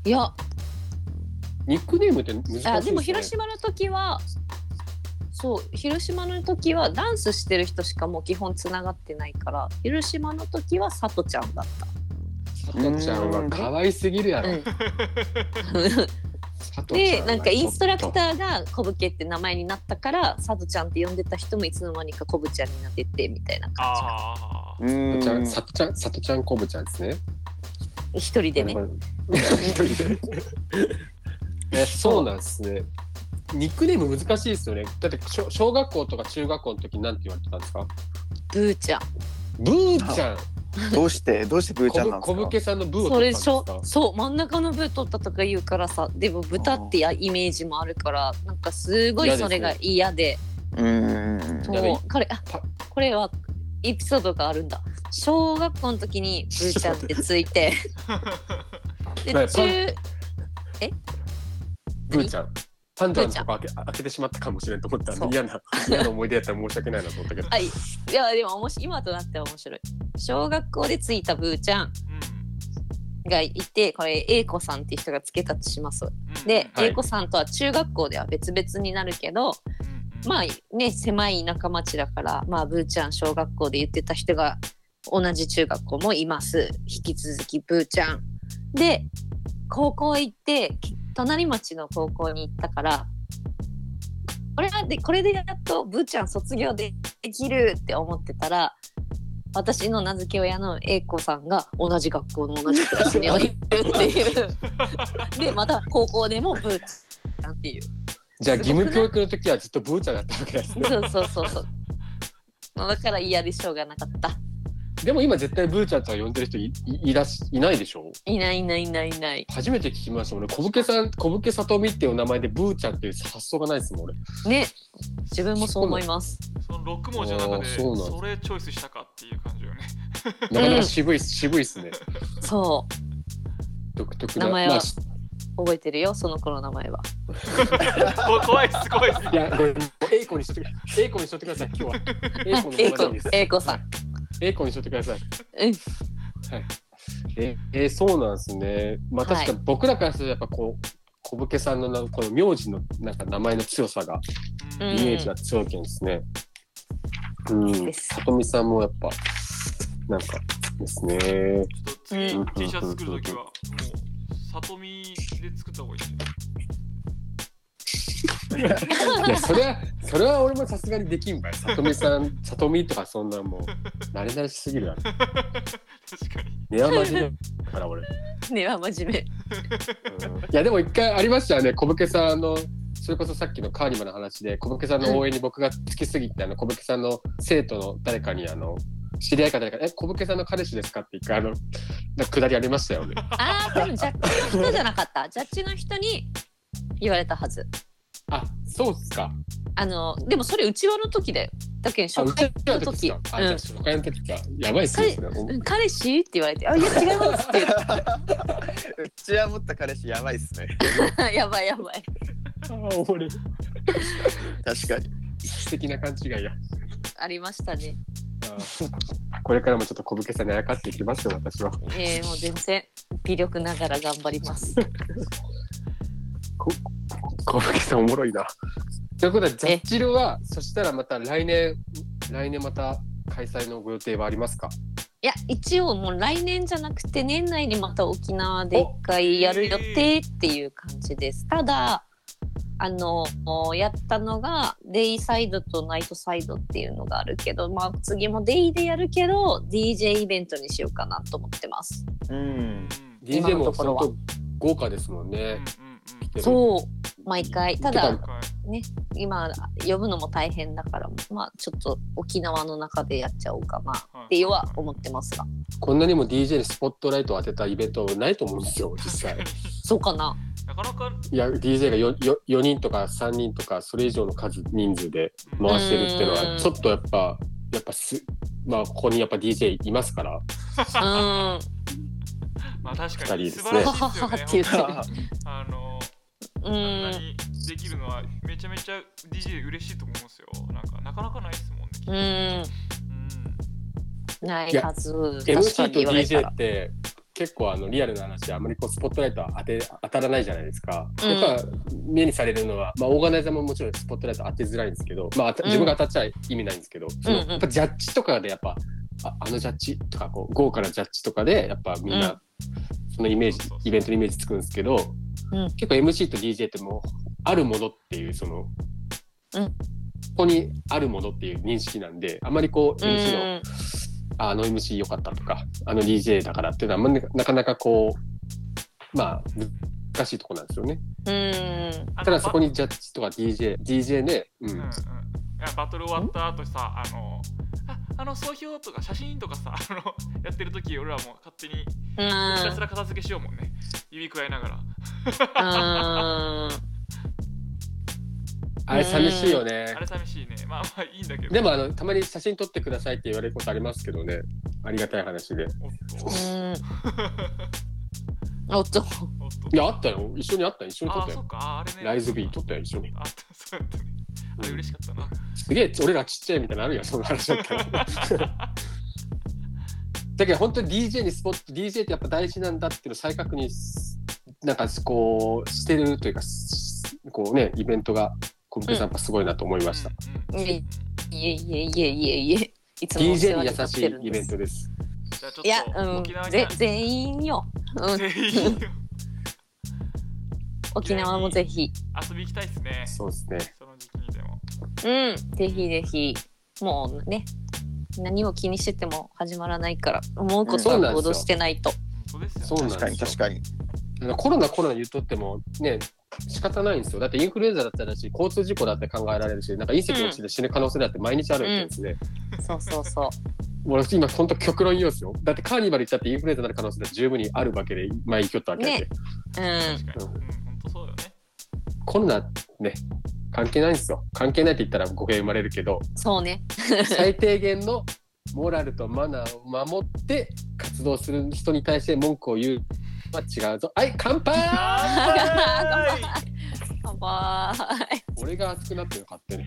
C: ー、いや
A: ニックネームって難しいですね。
C: あでも広島の時はそう広島の時はダンスしてる人しかもう基本つながってないから広島の時はさとちゃんだっ
A: さとちゃんは可愛すぎるや
C: た。
A: ろ。
C: うん
A: さとちゃ
C: で
A: は
C: なんかインストラク
A: ちょっ
C: ターが「こぶけ」って名前になったから「サドちゃん」って呼んでた人もいつの間にかこぶちゃんになっててみたいな感じ
B: あ あ
D: うーん
A: と。さとちゃん、さとちゃん、小武ちゃんですね。
C: 一人でね。
A: えそうなんですね。ニックネーム難しいですよね。だって小小学校とか中学校の時なんて言われてたんですか。
C: ブーちゃん
A: ブーちゃん。
D: どうしてどうしてブーちゃんなんで
A: 小
D: す
A: ぶ小
D: か
A: 武？家さんのブーを
C: そ
A: 取っ
C: れ
A: たんで
C: し
A: すか
C: ょ。そう真ん中のブー取ったとか言うからさでも豚ってやイメージもあるからなんかすごいそれが嫌で
D: うーん
A: 嫌ですね
C: そう彼あ
A: パ
C: これはエピソードがあるんだ小学校の時にブーちゃんってつい てで
A: ね
C: 中
A: ブーちゃん。パンダのとこ開け開けてしまったかもしれんと思ったん
C: そ
A: で
C: う
A: 嫌な嫌な思い出やったら申し訳ないなと思ったけど。
C: あいいやでも面白い今となっては面白い小学校でついたブーちゃんがいてこれ A 子さんっていう人がつけたとしますで、
A: はい
C: A 子さんとは中学校では別々になるけどま
B: あ
C: あね狭い田舎町だからまあブーちゃん小学校で言ってた人が同じ中学校もいます引き続きブーちゃんで高校行ってき隣町の高校に行ったからこれはでこれでやっとブーちゃん卒業できるって思ってたら私の名付け親の A 子さんが同じ学校の同じクラスにいるっていうでまた高校でもブーちゃんっていう
A: じゃあ義務教育の時はずっとブーちゃんだったわけですね。
C: そうそうそうそうまあだから嫌でしょうがなかった
A: でも今絶対ブーちゃんとか呼んでる人いいいらしいないでしょ
C: いないいないいないいない。
A: 初めて聞きました俺小武家さん小武家さとみっていうお名前でブーちゃんっていう発想がないですもん俺
C: ね。自分もそう思います。
B: その6文字の中で
A: あーそうなんだ
B: それチョイスしたかっていう感じよね。
A: なかなか渋いっす、渋いっすね
C: そ
A: 独特な
C: 名前は
A: まあし
C: う。覚えてるよ、その子の名前は。
B: こ怖いっす怖いっす。
A: いや、これ、A 子にしとって、A 子にしとってください、 今日は。A 子の
C: えい
A: 名前で
C: こ
A: いいです、。
C: えいこさん。
A: A 子にしとってください。
C: うん。
A: え、えーそうなんですね。まあ、
C: はい
A: 確かに僕らからすると、やっぱこう、小武家さんのな、この名字の、なんか名前の強さが、
B: う
A: イ
B: ん
A: メージが強いけんですね。うん。
C: です
A: さとみさんもやっぱ、なんか、です
B: ち
A: ね。
B: ょっと次
C: うん
B: T シャツ作るときは、もう、里見で作った方がいいね。
A: いや、それは、それは俺もさすがにできんばい。さとみさん、さとみとかそんなもう、慣れ慣れしすぎるわ。
B: 確かに。
A: 根は真面目だから、俺。
C: ねは真面
A: いやでも一回ありましたよね小武家さんのそれこそさっきのカーニバの話で小武家さんの応援に僕がつきすぎて、あの小武家さんの生徒の誰かにあの知り合いか誰か「え小武家さんの彼氏ですか?」って一回あのなくだりありましたよね。
C: ああ、多分ジャッジの人じゃなかった。ジャッジの人に言われたはず。
A: あそうっすか。
C: あの、でもそれうちわの時だよ。だけど
A: あ
C: 初
A: うち
C: 回の
A: らの
C: 時
A: 時っすか。あ、
C: う
A: じゃ
C: ん
A: あ初回の時か。やばいっすねそれ
C: う
A: は。
C: ん。彼氏って言われて、あ、いや違います って言っ
D: うちは持った彼氏やばいっすね。
C: た。やばいやばい。
A: あー俺
D: 確かに。
A: 素敵な勘違いや。
C: ありましたね。
A: あーこれからもちょっと小武家さんにあやかっていきますよ私は。
C: えー、もう全然微力ながら頑張ります。
A: こ小吹さんおもろいな。ということで、ジャッジルは、そしたらまた来年、来年また開催のご予定はありますか
C: いや一応もう来年じゃなくて年内にまた沖縄で一回やる予定っていう感じです。ただあのやったのがデイサイドとナイトサイドっていうのがあるけど、まあ、次もデイでやるけど DJ イベントにしようかなと思ってます。
D: うん。
C: 今
A: ?DJ
C: の
A: も
C: ところ
A: 相
C: は
A: 当豪華ですもん
B: うんうん
A: ね。
B: うん
C: そう毎回た
A: う
C: だ
A: ん
B: はい
C: 今呼ぶのも大変だから、まあ、ちょっと沖縄の中でやっちゃおうかなっ
B: はい
C: ては思ってますが
A: こんなにも DJ にスポットライトを当てたイベントはないと思うんですよ、実際。
C: そうか な
B: なかなか、
A: いや、DJ が 4, 4人とか3人とか、それ以上の数、人数で
B: うん
A: 回してるっていうの
C: う
A: は、
C: ん
A: ちょっとやっぱ、やっぱす、まあ、ここにやっぱ DJ いますから、
C: うん
B: まあ確か
A: 二
B: に
A: 人
B: 素
A: です
B: 晴
A: ね
B: らしいです よ
C: って言。っ
B: ね
C: て
B: 本当に
C: る
B: あの、
C: う
B: あんなんにできるのはめちゃめちゃ DJ 嬉しいと思うんですよ。なんかなかなかないですもんね。
C: うん
B: うん
C: ないはず。確か
A: MC
C: に
A: と
C: 言われた
A: DJ
C: ら
A: って結構あのリアルな話あまりこうスポットライト当て当たらないじゃないですか、
C: うん
A: やっぱ目にされるのは、まあ、オーガナイザーももちろんスポットライト当てづらいんですけど、まあ、あた
C: うん
A: 自分が当たっちゃ意味ないんですけど、その
C: うんうん
A: やっぱジャッジとかでやっぱああのジャッジとかこう豪華なジャッジとかでやっぱみん
C: う
A: なそのイメージ、
B: そうそう
A: イベントのイメージつくんですけど、
C: うん
A: 結構 MC と DJ ってもうあるものっていうその、
C: うん
A: ここにあるものっていう認識なんであまりこう MC の、
C: うん
A: ああの MC 良かったとかあの DJ だからっていうのはまあなかなかこうまあ難しいとこなんですよね
C: うん
B: あの
A: ただそこにジャッジとか DJDJ ね、うん
B: うんうん、いやバトル終わった後さあのああの総評とか写真とかさあのやってる時俺らもう勝手にひたすら片付けしようもんね指くわえなが
C: う
B: ら
C: ん
A: あれ寂しいよね
B: あれ寂しいねまあまあいいんだけど
A: でもあのたまに写真撮ってくださいって言われることありますけどねありがたい話で
B: おっと
C: うんおっと
B: おっと
A: いやあったよ一緒にあったよ一緒に撮
B: あ
A: った
B: そっ
A: よ
B: かああれね
A: ライズビー撮ったよ一緒に
B: あったそうだったねあれ嬉しかったな
A: すげえ俺らちっちゃいみたいなのあるよその話だったらだけど本当に DJ にスポット DJ ってやっぱ大事なんだっていうのを再確認しなんかこうしてるというかしこうねイベントが小池さんやっぱすごいなと思いました、
B: うんうん
C: いえいえいえいえいえいえいつもお世
A: DJ
C: 話に
A: に
C: な
A: 優
C: っ
A: して
C: るん
A: い
C: で
A: イベ
C: す
A: ントです
B: じゃあちょっと
C: いやうん
B: 沖縄に
C: ぜ全員ようん
B: 全員よ
C: 沖縄もぜひ
B: 遊び行きたいっすね
A: そうですね
B: その時期にでも
C: うんぜひぜひもうね何を気にしてても始まらないから思うこと
A: そう
C: は
A: なんで
C: 行
A: すよ
C: 動してないと
B: 本当ですよね
A: そうなんで
D: 確かに
A: すよ
D: 確かに。
A: あのコロナコロナ言っとってもね仕方ないんですよだってインフルエンザだったらし交通事故だって考えられるしなんか隕石落ちて死ぬ可能性だって毎日あるわけですね、
C: そうそうそう
A: 俺今本当極論言うんですよだってカーニバル行っちゃってインフルエンザになる可能性だって十分にあるわけで前行きよったわけで、
C: ねうん
B: 確かに。うん、本当そうだよね。
A: コロナね関係ないんですよ関係ないって言ったら語弊生まれるけど
C: そうね
A: 最低限のモラルとマナーを守って活動する人に対して文句を言うのは違うぞはい乾杯
B: 乾杯
C: 乾杯
A: 俺が熱くなってるよ勝手に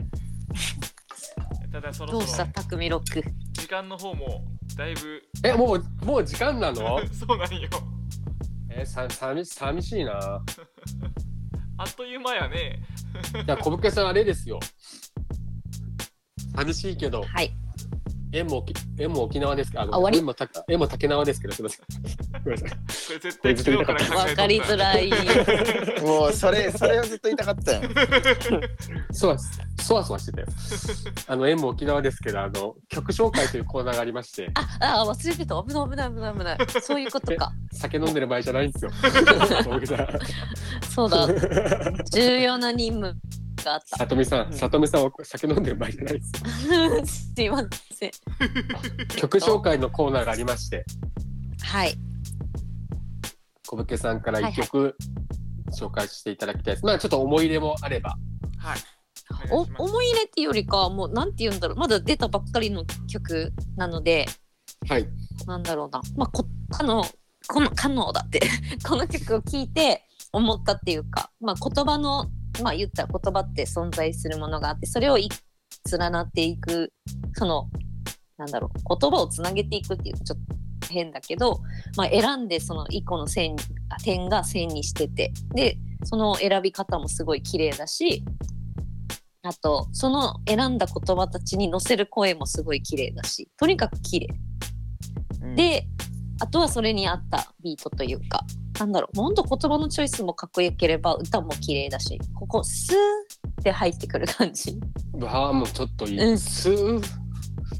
B: ただそ
C: ど
B: ろ
C: うし
B: そ
C: た
B: ろ
C: 匠ロック
B: 時間の方もだいぶ
A: えもうもう時間な の
B: そうなんよ。
A: えさ寂寂しいな
B: あっという間やね。
A: いや小武家さんあれですよ寂しいけど
C: はい
A: 縁も沖縁も沖縄ですけどあの
C: あ終わり
A: 縁もた縁も竹縄ですけどすいません ごめんなさ
B: こ
A: い
B: れ絶対昨日から考えとった
C: わかりづら い
D: もうそれそれをずっと言いたかったよ。
A: そわそわそわしてたよあの縁も沖縄ですけどあの曲紹介というコーナーがありまして
C: ああ忘れてた危ない危ない危ない危ないそういうこと か
A: 酒飲んでる場合じゃない んですよ小武家さん
C: そう だ重要な任務があっ
A: さとみさんさとみさんは酒飲んでる場合じゃないです
C: た すいません
A: 曲紹介のコーナーがありまして
C: はい
A: 小武家さんから一曲紹介していただきたいです、まあちょっと思い入れもあれば
B: はい。
C: お
B: お願いします
C: 思い入れっていうよりかはもうなんて言うんだろうまだ出たばっかりの曲なので
A: はい
C: なんだろうなまあこあのこの「可能だ」って この曲を聴いて思ったっていうか、まあ、言葉のまあ言ったら言葉って存在するものがあってそれをい連なっていくそのなんだろう言葉をつなげていくっていうとちょっと変だけど、まあ、選んでその一個の線あ点が線にしててでその選び方もすごい綺麗だしあとその選んだ言葉たちに乗せる声もすごい綺麗だしとにかく綺麗であとはそれに合ったビートというかなんだろうもうほんと言葉のチョイスもかっこよければ歌も綺麗だしここスーって入ってくる感じ、
A: わあもうちょっといい、
C: うん
A: すーい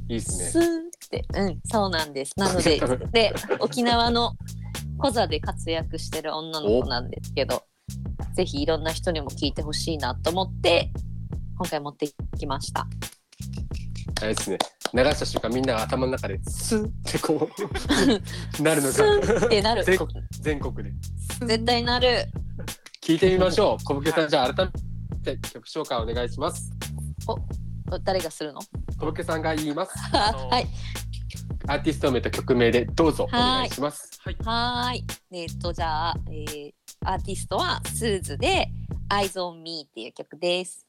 A: いです
C: ス
A: ね
C: ーってうんそうなんですなの でで沖縄のコザで活躍してる女の子なんですけどぜひいろんな人にも聞いてほしいなと思って今回持ってきました
A: あれですね流した瞬間みんなが頭の中でスーってこ うなるの
C: スー
A: か
C: って なる
A: 全国全国で
C: 絶対なる
A: 聞いてみましょう小武家さんじゃあ改めて曲紹介お願いします
C: 誰がするの
A: 小武家さんが言います
B: の
C: はい
A: アーティスト名と曲名でどうぞお願いします
B: はい。
C: はーい。えーっと、じゃあ、えーアーティストはスーズで、Eyes on Me っていう曲です。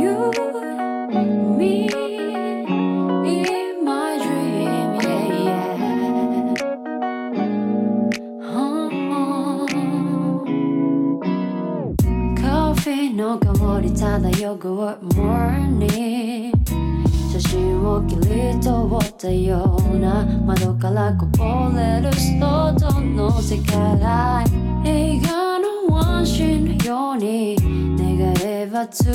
E: You, me, in my dream, yeah, yeah. Uh-huh. Coffee の香り漂う Good morning 写真を切り取ったような窓からこぼれるストートの世界映画のワンシーンのように願えば作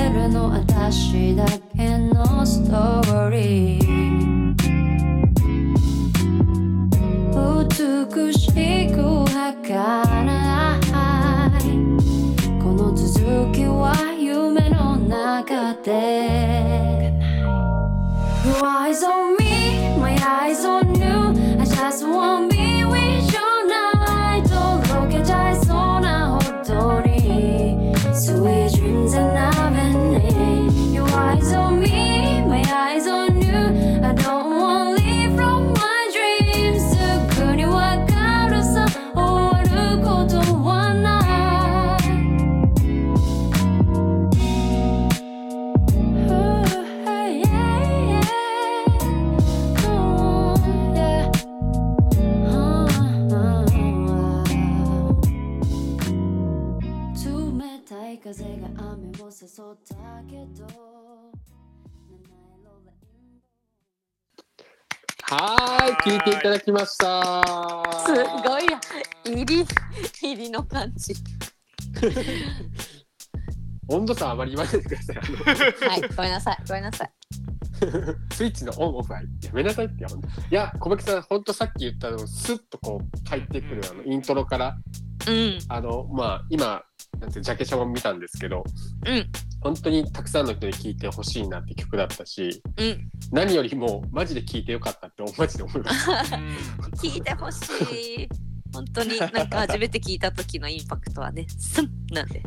E: れるの私だけのストーリー美しく儚いこの続きは夢の中で Your eyes on me, my eyes on you I just want to be with you night とろけちゃいそうなほどに Sweet dreams and heavenly Your eyes on me, my eyes on you I don't want to leave from my dreams すぐにわかるさ終わることはない冷たい風が雨を誘ったけど
A: はーい、聞いていただきました。
C: すごいや。入り、入りの感じ。
A: 温度差あまり言わないでください。
C: はい。ごめんなさい。ごめんなさい。
A: スイッチのオンオフはやめなさいって本当いや小牧さん本当さっき言ったのスッとこう入ってくるあのイントロから
C: うん
A: あのまあ今なんてジャケ写も見たんですけど
C: うん
A: 本当にたくさんの人に聴いてほしいなって曲だったし
C: うん
A: 何よりもマジで聴いてよかったってマジ で思いました。
C: 聞いてほしい本当になんか初めて聞いた時のインパクトはねスンなんで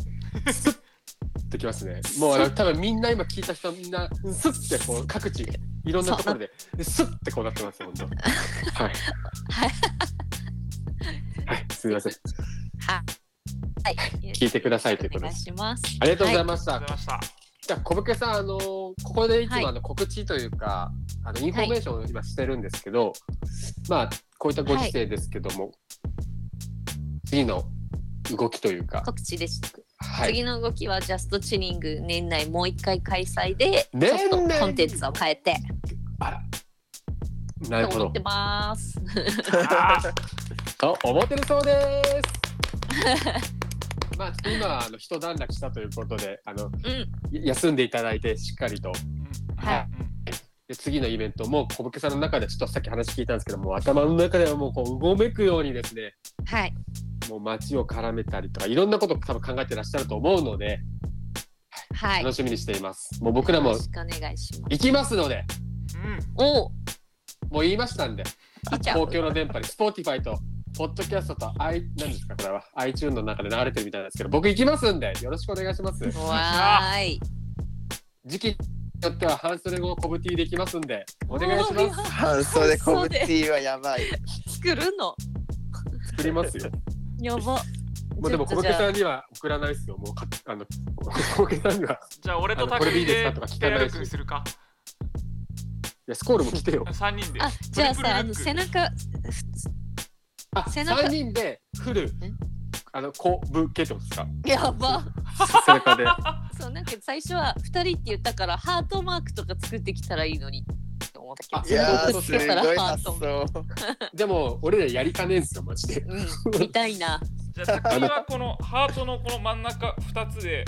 A: ってきますね。もうあの多分みんな今聞いた人みんなスッてこう各地いろんなところでスッてこうなってます よ本当。はい。
C: はい
A: はいすみません
C: ははい
A: 聞いてくださいということ
C: お願
A: で
C: い
A: す。
C: します
A: ありがとうございまし
B: ありがと
A: た。
B: うございました。
A: じゃあ小武家さんあのここでいつ
C: はい
A: もあの告知というか、あのインフォメーションを今してるんですけど、まあこういったご時世ですけども、次の動きというか、
C: 告知です、
A: はい。
C: 次の動きはジャストチューニング年内もう一回開催でちょ
A: 年内
C: っとコンテンツを変えて
A: あらなる
C: と
A: ほ
C: 思
A: ど
C: って。ます
B: あ
A: と思ってるそ うです。まあ今あの一段落したということであの
C: うん
A: や休んでいただいてしっかりと
C: はい
B: ーうん
A: で次のイベントも小武家さんの中でちょっとさっき話聞いたんですけどもう頭の中ではもうこううごめくようにですね
C: はい
A: もう街を絡めたりとかいろんなことを多分考えてらっしゃると思うので
C: はい
A: 楽しみにしています、もう僕ら
C: よ
A: も
C: ろしくお願いします
A: 行きますので
B: うん
C: おう
A: もう言いましたんで
C: 来ちゃ
A: 公
C: う
A: 共の電波に Spotify とポッドキャストと i 何ですかこれは iTune の中で流れてるみたいなんですけど僕行きますんでよろしくお願いします
C: わーい
A: 時期によっては半袖のコブティーできますんでお願いします
C: す
D: 半袖コブティーはやばい。
C: 作るの
A: 作りますよ
C: やば
A: もうでも
C: ち
A: 小
C: ょっと
A: 武
C: じ
A: 家
C: ゃあ
A: さんには送らないですよもうかあの小武家さんには
B: じゃあ俺と
A: あのこれでい
B: 匠
A: いで
B: で
A: すかとか
B: 着
A: 聞
B: て
A: かないし
B: 歩くにするか。
A: いやスコールも来てよ
B: 三人で。
C: あじゃあさあ
B: ト
C: の
B: リプルルック
C: 背中
A: あ
C: 背中
A: 3人でフル
C: え
A: あの小武家ってことですか
C: やば
A: 背中で。
C: そうなんか最初は二人って言ったからハートマークとか作ってきたらいいのにって思ったけ
D: い
C: ど
D: や
C: そ
D: ー、す
C: れを送ってたら
D: ごい
C: ハ
D: 発
C: ート
D: 想。
A: でも、俺らやりかねえんすよ、マジで。
C: うん見たいな
B: じゃあ匠はこのハートのこの真ん中二つで、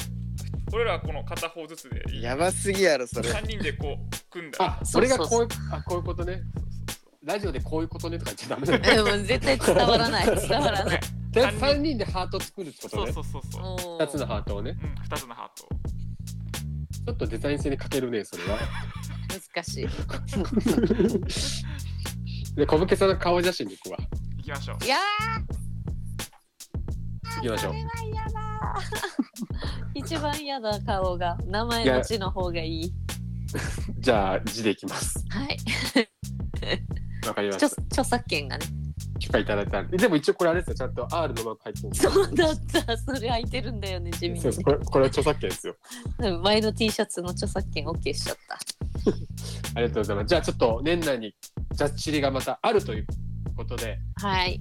B: 俺らはこの片方ずつでいい。
D: やばすぎやろ、それ。
B: 三人でこう組んだ。
A: あ、
C: そ
A: 俺
C: うそ
A: が
C: うそう
A: こういう、あ、こういうことね。ラジオでこういうことねとか言っちゃダメだ ね。
C: でも絶対伝わらない伝わらない
A: で、
B: 三人
A: 3人でハート作るってこと
B: そう
A: ね
B: そ。うそうそう。
C: お
A: 2つ
C: ー
A: のハートをね。
B: うん、二つのハート。
A: ちょっとデザイン性に欠けるね、それは。
C: 難しい
A: で、小武さんの顔写真に行くわ。
B: 行きましょう。
C: いや
A: 行きましょう。
C: ー一番嫌だ顔が名前の字の方がいい
A: じゃあ、字でいきます。
C: はい
A: わかりま
C: 著
A: した。
C: 著作権がね
A: 許可いただいたんで。でも一応これあれですよ、ちゃんと R のマーク入ってるんですよ
C: そうだったそれ空いてるんだよね地味
A: そう
C: に
A: そうこれこれは著作権ですよ。
C: うん前の T シャツの著作権 OK しちゃった
A: ありがとうございます。じゃあちょっと年内にジャッチリがまたあるということで、
C: はい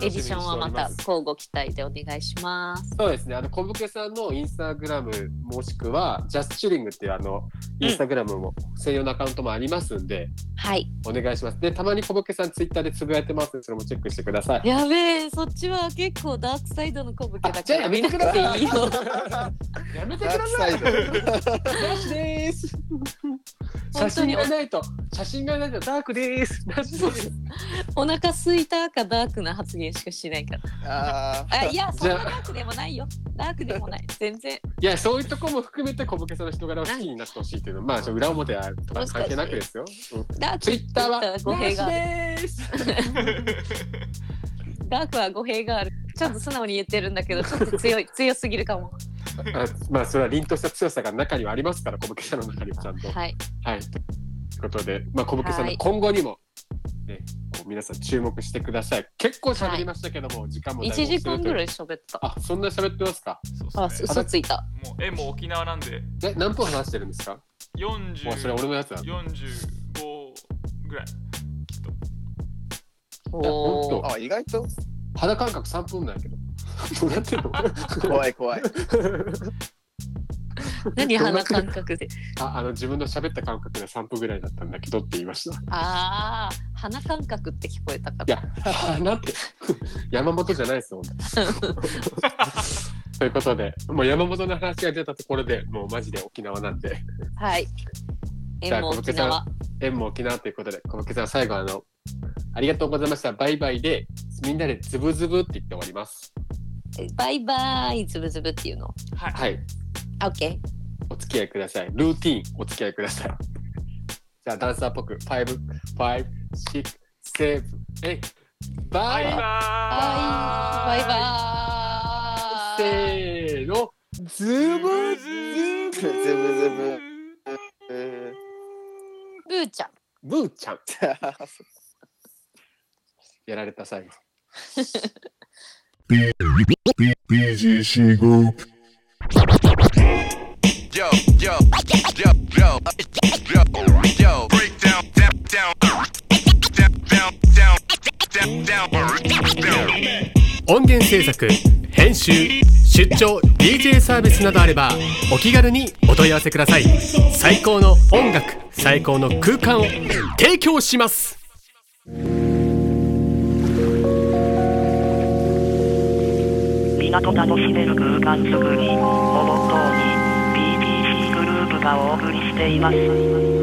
C: エ
A: 楽し
C: ディ
A: みにし
C: シ
A: て
C: ョンは
A: おり
C: ま
A: ま
C: た
A: す。
C: 交互期待でお願いします
A: そうですね。あの小武さんのインスタグラムもしくはジャスチューリングっていうあの
C: うん
A: インスタグラムも専用のアカウントもありますんで、
C: はい
A: お願いします。でたまに小武さんツイッターでつぶやいてますのでそれもチェックしてください。
C: やべえ、そっちは結構ダークサイドの小武家だ
A: あじ
C: か
A: ゃあ
C: ら
A: やめてくだ
C: 見なく
A: さい
C: ていいよ。
A: やめて
D: ダークサイド。
A: ダッシュです。 写
C: 本当
A: 真
C: に
A: がないと写真がないとダークです。ダッシュです。
C: お腹すいたかダークな発言しかしないから。
D: あ
C: あいや、そん
A: じ
C: な
A: ゃあ
C: ダークでもないよ。ダークでもない。全然。
A: いやそういうとこも含めて小武さんの人柄を好きになってほしいというのまあちょ裏表はとか関係なくですよ。
C: ダーク
A: ツイッターはダ
C: 語弊
A: ッシ
C: がある。
A: ュです。
C: ダークは語弊がある。ちょっと素直に言ってるんだけど、ちょっと強い、強すぎるかも。
A: あまあそれは凛とした強さが中にはありますから小武さんの中にはちゃんと。
C: はい。
A: はい。ということで、まあ、小武さん
C: は
A: の
C: い
A: 今後にも、ね、こう皆さん注目してください。結構喋りましたけども、時間もだいぶ
C: 1時間ぐら
A: い。
C: い喋った。
A: あ、そんな喋ってますか。
B: そう
C: あ、
B: っす
C: 嘘
B: ね。
C: 嘘ついた。
B: もうえもう沖縄なんで
A: え、何分話してるんですか。
B: 四十
A: もうそれ俺のやつだ。
B: 四十五ぐらいきっと。
A: ほん
C: お
A: と
C: お。
D: あ、意外と
A: 肌感覚三分なんやけど。 どうなってんの。
D: 怖い怖い。
C: 何鼻感覚で。
A: あ、あの自分の喋った感覚が三分ぐらいだったんだけどって言いました。い
C: ああ、鼻感覚って聞こえたから。
A: や、花って 山本じゃないですよ。 ということで、もう山本の話が出たところで、もうマジで沖縄なんで。
C: はい。
A: じゃあ
C: 縁も沖縄。
A: 縁も沖縄ということで、小武さん、最後、あの、ありがとうございました。バイバイで、みんなでズブズブって言って終わります。
C: バイバイズブズブっていうの。
B: はい。
A: はい。
C: あオッケー。
A: お付き合いください。ルーティーン、お付き合いください。じゃあ、ダンサーっぽく、5、5、6、7、8、バ
B: バイ
A: イバイ
C: バ
B: バ
C: イ
B: イ
C: バイ。
A: せーの、ズブズ
D: ズブズブ。え
C: ブーちゃん。
A: ブブーちゃん、
D: ー
A: やられた最後。
F: BGC Group.
G: Yo, yo, yo, yo, yo, yo. Break down, down, down, down, down, down, down, down, down.
H: 音源制作編集出張 DJ サービスなどあればお気軽にお問い合わせください最高の音楽最高の空間を提供します
I: 港楽しめる空間づくりをモットーに BTC グループがお送りしています。